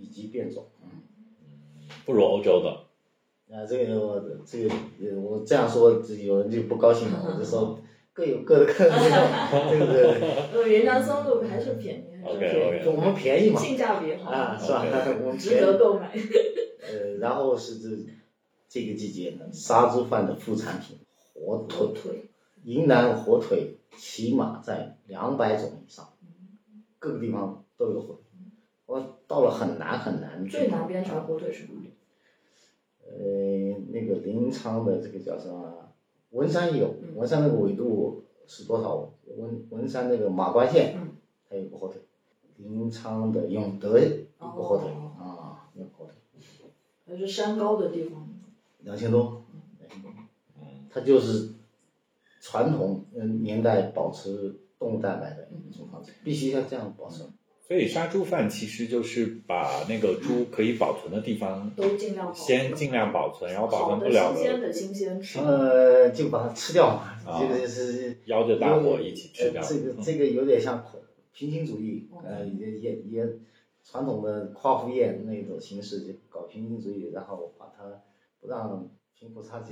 [SPEAKER 1] 以及变种，
[SPEAKER 2] 不如欧洲的。
[SPEAKER 1] 啊，这个我这个呃我这样说，有人就不高兴 了。我就说各有各的这个这 个
[SPEAKER 3] 呃，云南松露还是便宜，还是
[SPEAKER 2] OK，OK
[SPEAKER 3] 便
[SPEAKER 1] 我们便宜
[SPEAKER 3] 宜，
[SPEAKER 1] 嘛，
[SPEAKER 3] 性价比好，
[SPEAKER 1] 啊，是 吧？我们
[SPEAKER 3] 值
[SPEAKER 1] 便宜
[SPEAKER 3] 得购买。
[SPEAKER 1] 呃，然后是这这个季节呢，杀猪饭的副产品火
[SPEAKER 3] 火
[SPEAKER 1] 腿，
[SPEAKER 3] 腿，
[SPEAKER 1] 云南火腿起码在两百种以上，各个地方都有火腿。我到了很难很难，
[SPEAKER 3] 最南边产火腿是哪里？
[SPEAKER 1] 呃，那个临沧的这个叫什么？文山有，
[SPEAKER 3] 嗯
[SPEAKER 1] 文山那个纬度是多少？文文山那个马关县
[SPEAKER 3] 嗯，
[SPEAKER 1] 它有个火腿，临沧的永德有个火腿
[SPEAKER 3] 哦
[SPEAKER 1] 啊，有个火腿
[SPEAKER 3] 还是山高的地方？
[SPEAKER 1] 两千多，
[SPEAKER 2] 嗯，
[SPEAKER 1] 它就是传统嗯年代保持动物蛋白的一种方式，必须要这样保存。
[SPEAKER 2] 所以杀猪饭其实就是把那个猪可以保存的地方
[SPEAKER 3] 都尽量保存
[SPEAKER 2] 先尽量保存，然后保
[SPEAKER 3] 好
[SPEAKER 2] 存不
[SPEAKER 3] 的、
[SPEAKER 2] 了
[SPEAKER 3] 新鲜
[SPEAKER 2] 的
[SPEAKER 3] 的新鲜吃。
[SPEAKER 1] 呃，就把它吃掉嘛，
[SPEAKER 2] 啊
[SPEAKER 1] 这个是
[SPEAKER 2] 邀着大伙一起吃掉嗯
[SPEAKER 1] 呃这个这个有点像恐平行主义，呃，也也也传统的夸父宴那种形式，就搞平行主义，然后把它不让贫富差 距，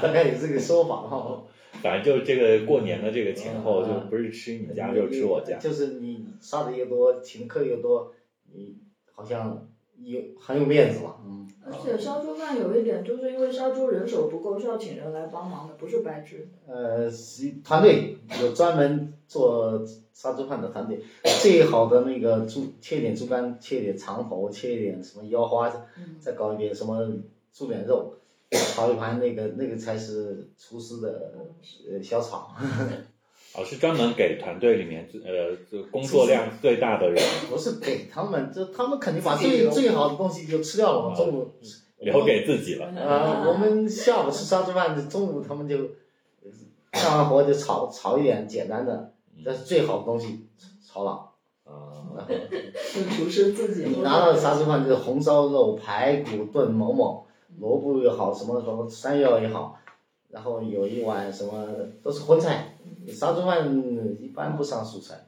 [SPEAKER 1] 大概有这个说法哈。
[SPEAKER 2] 反正就是这个过年的这个前后，就不是吃你家就是吃我家。
[SPEAKER 1] 就是你杀的越多，请客越多，你好像有很有面子嘛。
[SPEAKER 2] 嗯，
[SPEAKER 3] 而且杀猪饭有一点，就是因为杀猪人手不够，是要请人来帮忙的，不是白吃。
[SPEAKER 1] 呃，是团队有专门做杀猪饭的团队，最好的那个猪切点猪肝，切点肠头，切点什么腰花，
[SPEAKER 3] 嗯
[SPEAKER 1] 再搞一点什么猪脸肉，炒一盘那个那个才是厨师的呃小炒。
[SPEAKER 2] 哦，是专门给团队里面最呃就工作量最大的人
[SPEAKER 1] 不是给他们，就他们肯定把
[SPEAKER 3] 自己
[SPEAKER 1] 最
[SPEAKER 3] 留
[SPEAKER 1] 最好的东西就吃掉了嘛。
[SPEAKER 2] 啊
[SPEAKER 1] 中午
[SPEAKER 2] 留给自己
[SPEAKER 3] 嗯
[SPEAKER 2] 了。
[SPEAKER 1] 呃， 我们下午吃杀猪饭，中午他们就呃干完活就炒炒一点简单的，这是最好的东西炒了。
[SPEAKER 2] 啊，
[SPEAKER 1] 然后
[SPEAKER 3] 就厨师自己
[SPEAKER 1] 你拿到杀猪饭就是红烧肉、排骨炖某某，萝卜也好，什么什么山药也好，然后有一碗什么都是荤菜，杀猪饭一般不上素菜，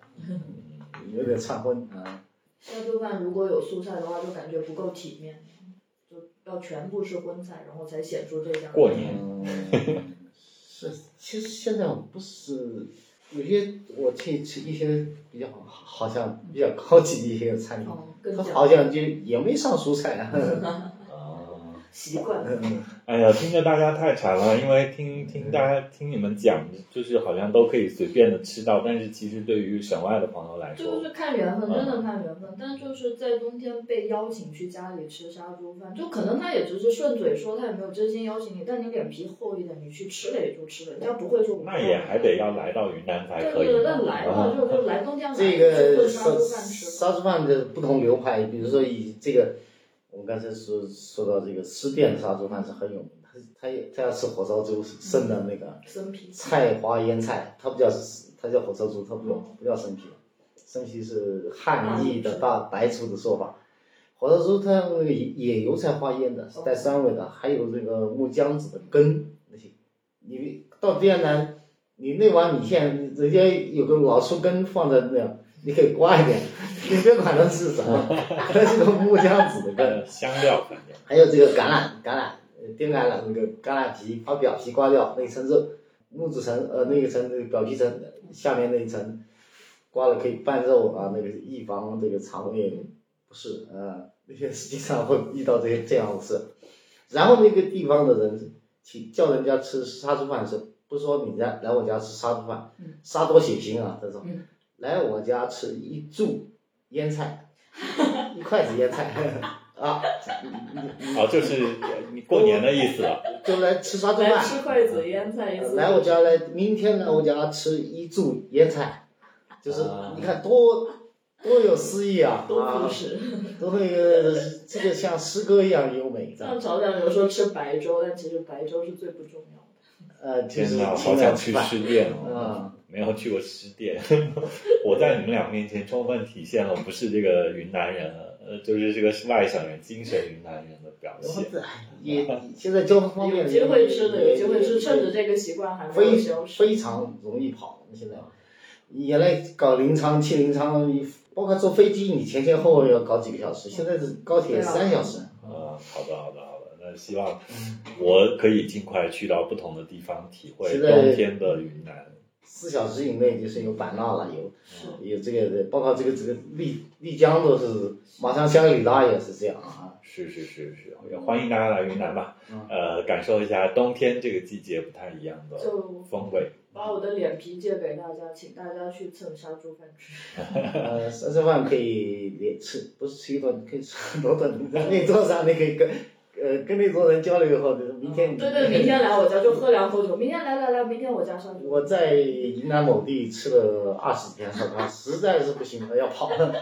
[SPEAKER 1] 有点串荤啊。
[SPEAKER 3] 杀猪饭如果有素菜的话，就感觉不够体面，就要全部是荤菜，然后才显出这家
[SPEAKER 2] 过年
[SPEAKER 1] 嗯，是，其实现在不是有些我去吃一些比较好像比较高级的一些餐厅，
[SPEAKER 3] 哦，更
[SPEAKER 1] 它
[SPEAKER 3] 讲
[SPEAKER 1] 好像就也没上蔬菜啊。
[SPEAKER 2] 啊。
[SPEAKER 3] 习惯。
[SPEAKER 1] 嗯
[SPEAKER 2] 哎呀，听着大家太馋了，因为听听大家听你们讲，就是好像都可以随便的吃到，但是其实对于省外的嗯朋友来
[SPEAKER 3] 就
[SPEAKER 2] 说
[SPEAKER 3] 是，看缘分，真的看缘分。但就是在冬天被邀请去家里吃杀猪饭，就可能他也只是顺嘴说，他也没有真心邀请你。但你脸皮厚一点，你去吃了也就吃了，人家不会说。
[SPEAKER 2] 那也还得要来到云南才
[SPEAKER 3] 对
[SPEAKER 2] 可
[SPEAKER 3] 对
[SPEAKER 2] 以啊
[SPEAKER 3] 对，
[SPEAKER 2] 嘛。
[SPEAKER 3] 那来嘛，就就来冬天来，
[SPEAKER 1] 这
[SPEAKER 3] 就
[SPEAKER 1] 个
[SPEAKER 3] 炖杀
[SPEAKER 1] 杀
[SPEAKER 3] 猪饭吃。
[SPEAKER 1] 杀猪饭的不同流派，比如说以这个，我们刚才说说到这个吃遍杀猪饭是很有名的，它它它要吃火烧猪生的那个
[SPEAKER 3] 生皮
[SPEAKER 1] 菜花腌菜，它不叫它叫火烧猪，它不叫不叫生皮，生皮是汉译的大白族的说法。火烧猪它那个野油菜花腌的，是带酸味的，还有这个木姜子的根那些。你到越南，你那碗米线，人家有个老树根放在那儿，你可以刮一点，你别管它是什么， 它是个木姜子的根。
[SPEAKER 2] 呃，香料反正
[SPEAKER 1] 还有这个橄榄，橄榄，呃，丁橄榄那个橄榄皮，把表皮刮掉那一层肉，木质层，呃，那一层那个表皮层下面那一层，刮了可以拌肉啊，那个预防这个肠胃不适，呃，那些实际上会遇到这些这样的事。然后那个地方的人请叫人家吃杀猪饭是，不是说你来来我家吃杀猪饭
[SPEAKER 3] 嗯，
[SPEAKER 1] 杀多血腥啊，这种
[SPEAKER 3] 嗯，
[SPEAKER 1] 来我家吃一柱腌 菜，一筷子腌菜啊。
[SPEAKER 2] 哦，就是呃你过年的意思了。
[SPEAKER 1] 就来吃杀猪
[SPEAKER 3] 来
[SPEAKER 1] 饭，
[SPEAKER 3] 吃筷子腌菜一次。
[SPEAKER 1] 来我家来，明天来我家吃一柱腌菜，就是
[SPEAKER 2] 啊
[SPEAKER 1] 你看多多有诗意啊，
[SPEAKER 3] 都
[SPEAKER 1] 啊
[SPEAKER 3] 不，是。
[SPEAKER 1] 都那个这个像诗歌一样优美，知道
[SPEAKER 3] 像
[SPEAKER 1] 吗
[SPEAKER 3] 潮汕人说吃白粥，但其实白粥是最不重要的。
[SPEAKER 1] 呃，就
[SPEAKER 2] 天
[SPEAKER 1] 是
[SPEAKER 2] 哪，好
[SPEAKER 1] 请
[SPEAKER 2] 想
[SPEAKER 1] 人
[SPEAKER 2] 去
[SPEAKER 1] 吃饭，
[SPEAKER 2] 吃店哦！
[SPEAKER 1] 嗯
[SPEAKER 2] 没有去过吃店， 我在你们俩面前充分体现了不是这个云南人，呃，就是这个是外省人精神云南人的表
[SPEAKER 1] 然后
[SPEAKER 2] 现。
[SPEAKER 1] 这哎 也现在交通方面
[SPEAKER 3] 有机会吃的，有
[SPEAKER 1] 也
[SPEAKER 3] 机会吃，趁着这个习惯还没有
[SPEAKER 1] 非
[SPEAKER 3] 消失。
[SPEAKER 1] 非常容易跑，现在原来搞临沧去临沧，包括坐飞机你前前后后要搞几个小时，现在是高铁
[SPEAKER 3] 对啊
[SPEAKER 1] 三小时。
[SPEAKER 2] 啊，好的，好的，好的。那希望
[SPEAKER 1] 嗯
[SPEAKER 2] 我可以尽快去到不同的地方，体会
[SPEAKER 1] 现在
[SPEAKER 2] 冬天的云南。
[SPEAKER 1] 四小时以内就是有版纳了，有
[SPEAKER 3] 是
[SPEAKER 1] 有这个，包括这个这个丽丽江都是，马上香格里拉也是这样 啊。
[SPEAKER 2] 是是是是，也欢迎大家来云南吧
[SPEAKER 1] 嗯，
[SPEAKER 2] 呃，感受一下冬天这个季节不太一样的
[SPEAKER 3] 就
[SPEAKER 2] 风味。
[SPEAKER 3] 把我的脸皮借给大家，请大家去蹭杀猪饭吃。
[SPEAKER 1] 呃，三十万可以连吃，不是吃一顿，可以吃很多顿。在那桌上，你可以跟呃跟那桌人交流以后，就是明天你
[SPEAKER 3] 哦对对，明天来我家就喝两口酒。明天来来来，明天我家杀猪。
[SPEAKER 1] 我在云南某地吃了二十天烧烤，实在是不行了，要跑了，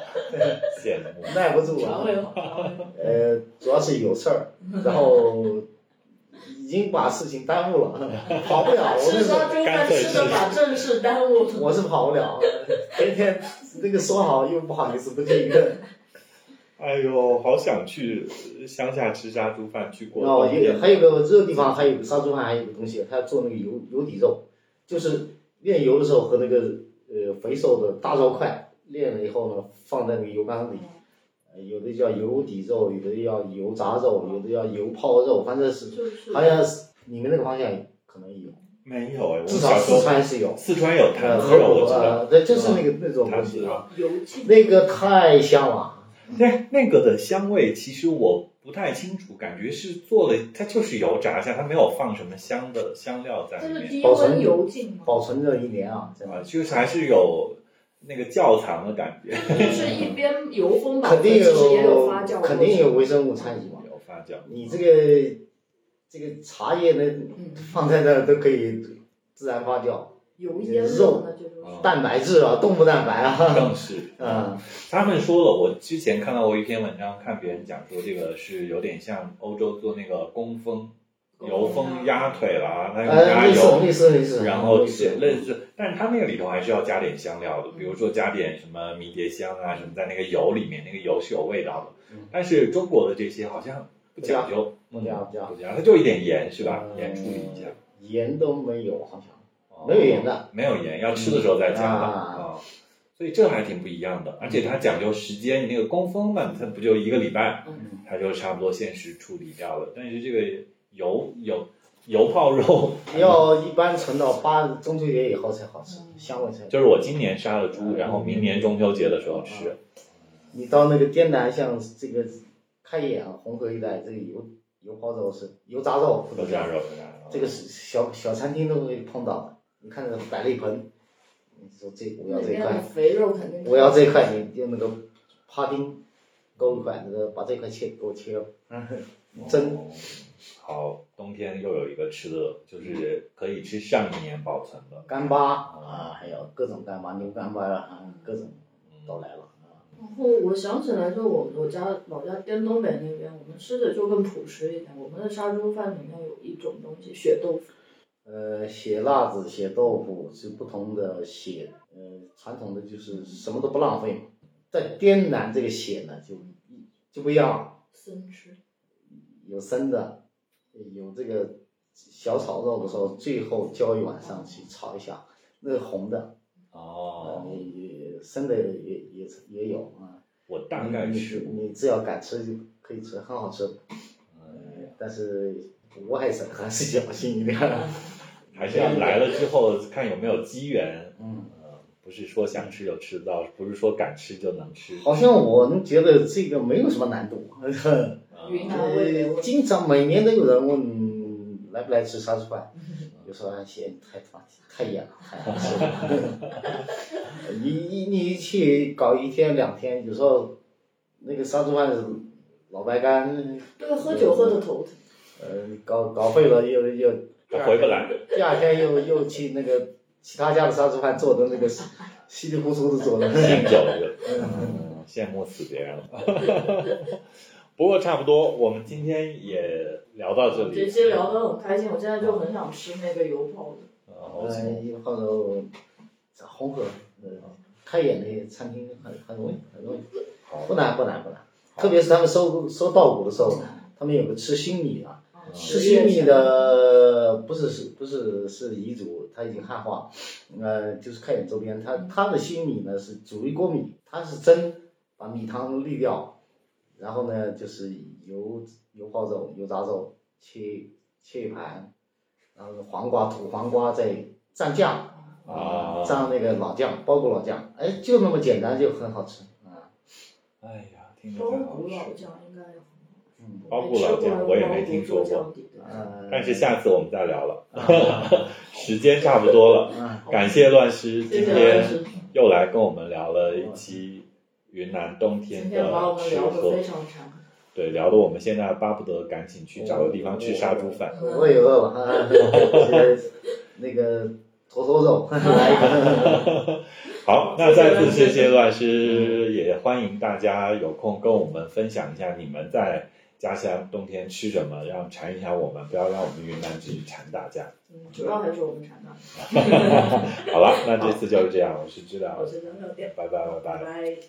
[SPEAKER 2] 羡慕。
[SPEAKER 1] 耐不住
[SPEAKER 3] 肠
[SPEAKER 1] 了。
[SPEAKER 3] 胃好，肠胃好
[SPEAKER 1] 呃，主要是有事儿，然后已经把事情耽误了，跑不了。我
[SPEAKER 3] 吃
[SPEAKER 1] 那时候
[SPEAKER 3] 杀猪饭吃的把正事耽误了。
[SPEAKER 1] 我是跑不了，天天那个说好又不好意思不 去一个，
[SPEAKER 2] 哎呦，好想去呃乡下吃杀猪饭，去过
[SPEAKER 1] 然后
[SPEAKER 2] 冬
[SPEAKER 1] 有
[SPEAKER 2] 天
[SPEAKER 1] 还有个热地方，还有个杀猪饭，还有个东西，他做那个油油底肉，就是炼油的时候和那个呃肥瘦的大肉块炼了以后呢，放在那个油缸里，呃有的叫油底肉，有的叫油炸肉，有的叫油泡肉，反正是
[SPEAKER 3] 就是
[SPEAKER 1] 好像是你们那个方向可能有，
[SPEAKER 2] 没有哎，我
[SPEAKER 1] 至少
[SPEAKER 2] 小时候
[SPEAKER 1] 四川是有，
[SPEAKER 2] 四川有
[SPEAKER 1] 呃，
[SPEAKER 2] 坛子
[SPEAKER 1] 河
[SPEAKER 2] 肉，
[SPEAKER 1] 北
[SPEAKER 2] 我知道
[SPEAKER 1] 呃，对，就是那个那种
[SPEAKER 2] 坛
[SPEAKER 1] 东
[SPEAKER 2] 子
[SPEAKER 1] 西
[SPEAKER 2] 肉
[SPEAKER 1] 啊，
[SPEAKER 3] 油浸。
[SPEAKER 1] 那个太香了。
[SPEAKER 2] 对，哎那个的香味其实我不太清楚，感觉是做了，它就是油炸一下，它没有放什么香的香料在
[SPEAKER 3] 它
[SPEAKER 2] 里
[SPEAKER 3] 是
[SPEAKER 2] 面，
[SPEAKER 3] 低温油浸嘛，
[SPEAKER 1] 保存着一年啊，真
[SPEAKER 2] 啊，
[SPEAKER 1] 的，
[SPEAKER 2] 就是还是有那个窖藏的 感觉，
[SPEAKER 3] 就是一边油封保
[SPEAKER 1] 肯
[SPEAKER 3] 存，
[SPEAKER 1] 定
[SPEAKER 3] 其实也有发酵
[SPEAKER 1] 有
[SPEAKER 3] 过程
[SPEAKER 1] 肯定有微生物参与嘛。
[SPEAKER 2] 有发酵。
[SPEAKER 1] 你这个这个茶叶呢，
[SPEAKER 3] 嗯
[SPEAKER 1] 放在那儿都可以自然发酵，
[SPEAKER 3] 油烟
[SPEAKER 1] 肉
[SPEAKER 3] 的这种
[SPEAKER 2] 啊
[SPEAKER 1] 蛋白质啊，动物蛋白 啊，
[SPEAKER 2] 更是，
[SPEAKER 1] 嗯，
[SPEAKER 2] 他们说了，我之前看到过一篇文章，看别人讲说这个是有点像欧洲做那个工蜂、啊油蜂鸭腿啦，它用
[SPEAKER 1] 呃，
[SPEAKER 2] 鸭
[SPEAKER 1] 类似
[SPEAKER 2] 油，
[SPEAKER 1] 类似类似，
[SPEAKER 2] 然后
[SPEAKER 1] 类
[SPEAKER 2] 是
[SPEAKER 1] 似
[SPEAKER 2] 类似，但是它那个里头还是要加点香料的，比如说加点什么迷迭香啊什么，在那个油里面，那个油是有味道的
[SPEAKER 1] 嗯。
[SPEAKER 2] 但是中国的这些好像不讲究，嗯
[SPEAKER 1] 不加不加
[SPEAKER 2] 不讲，它就一点盐是吧？盐处理一下，
[SPEAKER 1] 嗯盐都没有好像。没有盐的，
[SPEAKER 2] 哦没有盐，要吃的时候再加
[SPEAKER 1] 嗯
[SPEAKER 2] 的啊、所以这还挺不一样的，而且它讲究时间，你那个工蜂嘛，它不就一个礼拜，
[SPEAKER 3] 嗯
[SPEAKER 2] 它就差不多限时处理掉了。但是这个油油油泡肉，
[SPEAKER 1] 要一般存到八中秋节以后才好吃，
[SPEAKER 3] 嗯
[SPEAKER 1] 香味才。
[SPEAKER 2] 就是我今年杀的猪，然后明年中秋节的时候
[SPEAKER 1] 嗯
[SPEAKER 2] 吃，
[SPEAKER 1] 你到那个滇南，像这个开眼、红河一带，这个油油泡肉是油炸肉，
[SPEAKER 2] 都这样肉这样肉
[SPEAKER 1] 这个是小小餐厅都会碰到的。你看这摆了一盆，你说这我要
[SPEAKER 3] 那
[SPEAKER 1] 这一
[SPEAKER 3] 边的
[SPEAKER 1] 块，
[SPEAKER 3] 肥肉肯定
[SPEAKER 1] 我要这一块，你用那个帕丁勾一块，那个把这块切给我切了，真
[SPEAKER 2] 哦好，冬天又有一个吃的，就是可以吃上一年保存的。
[SPEAKER 1] 干巴啊，还有各种干巴，牛干巴啊，各种都来了。啊
[SPEAKER 3] 然后我想起来，就我我家老家滇东北那边，我们吃的就更朴实一点。我们的杀猪饭里面有一种东西，血豆腐，
[SPEAKER 1] 呃，血辣子、血豆腐是不同的血，呃，传统的就是什么都不浪费嘛。在滇南这个血呢，就就不一样了，
[SPEAKER 3] 生吃。
[SPEAKER 1] 有生的，有这个小炒肉的时候，最后浇一碗上去炒一下，那个红的，
[SPEAKER 2] 哦
[SPEAKER 1] 呃，，也也生的也也也有啊。
[SPEAKER 2] 我大概
[SPEAKER 1] 你
[SPEAKER 2] 吃过。
[SPEAKER 1] 你只要敢吃就可以吃，很好吃。呃
[SPEAKER 2] 嗯
[SPEAKER 1] 但是我还是还是小心一点。
[SPEAKER 2] 还是要来了之后看有没有机缘，
[SPEAKER 1] 嗯。
[SPEAKER 2] 呃，不是说想吃就吃到，不是说敢吃就能吃。
[SPEAKER 1] 好像我们觉得这个没有什么难度，
[SPEAKER 2] 呃
[SPEAKER 3] 云南味蕾
[SPEAKER 1] 呃，经常每年都有人问来不来吃杀猪饭，有时候还嫌太太太远了，太难吃了。你 你你去搞一天两天，有时候那个杀猪饭老白干，
[SPEAKER 3] 对，喝酒喝的头疼。
[SPEAKER 1] 呃，搞搞废了又又
[SPEAKER 2] 回不来，
[SPEAKER 1] 第二天又又去那个其他家的杀猪饭做的那个稀稀里糊涂的做的。
[SPEAKER 2] 敬酒的，嗯羡慕死别人了。 不过差不多，我们今天也聊到这里。
[SPEAKER 3] 这期聊得很开心，我现在就很想吃那个油泡的。
[SPEAKER 2] 呃，好
[SPEAKER 1] 呃，或者在红河，呃，开眼的餐厅很很容易，很容易，不
[SPEAKER 2] 好，
[SPEAKER 1] 难不难不难。特别是他们收收稻谷的时候，他们有个吃新米啊，
[SPEAKER 3] 啊
[SPEAKER 1] 吃新米，的不是是不是是彝族，他已经汉化，呃，就是开眼周边，他他的新米呢是煮一锅米，他是蒸，把米汤滤掉，然后呢就是油油泡肉、油炸肉切切一盘，然后黄瓜土黄瓜再蘸酱。
[SPEAKER 2] 啊
[SPEAKER 1] 蘸那个老酱，包谷老酱，哎，就那么简单，就很好吃啊。
[SPEAKER 2] 哎呀，听着
[SPEAKER 3] 包
[SPEAKER 2] 太好
[SPEAKER 3] 谷
[SPEAKER 2] 吃
[SPEAKER 3] 老
[SPEAKER 2] 了。
[SPEAKER 3] 酱应该也很好。
[SPEAKER 1] 嗯，
[SPEAKER 2] 包谷老酱我也没听说过嗯
[SPEAKER 3] 包谷做酱底的
[SPEAKER 1] 呃，
[SPEAKER 2] 但是 下次我们再聊了，时间差不多了。
[SPEAKER 1] 嗯，
[SPEAKER 2] 感谢乱师今
[SPEAKER 3] 谢谢乱
[SPEAKER 2] 天
[SPEAKER 3] 师
[SPEAKER 2] 又来跟我们聊了一期云南冬天
[SPEAKER 3] 今
[SPEAKER 2] 的
[SPEAKER 3] 天把我们
[SPEAKER 2] 吃
[SPEAKER 3] 聊得
[SPEAKER 2] 喝
[SPEAKER 3] 非，常馋。
[SPEAKER 2] 对，聊得我们现在巴不得赶紧去找个地方吃杀猪饭。
[SPEAKER 1] 我也饿了 啊，这个那个坨坨肉， 来一个，
[SPEAKER 2] 好，那再次谢谢乱师，也欢迎大家有空跟我们分享一下你们在家乡冬天吃什么，让馋一下我们，不要让我们云南自己馋大家。
[SPEAKER 3] 嗯，主要还是我们馋的。
[SPEAKER 2] 好了，那这次就是这样，我是知道
[SPEAKER 3] 我，是张小店，
[SPEAKER 2] 拜拜拜
[SPEAKER 3] 拜拜。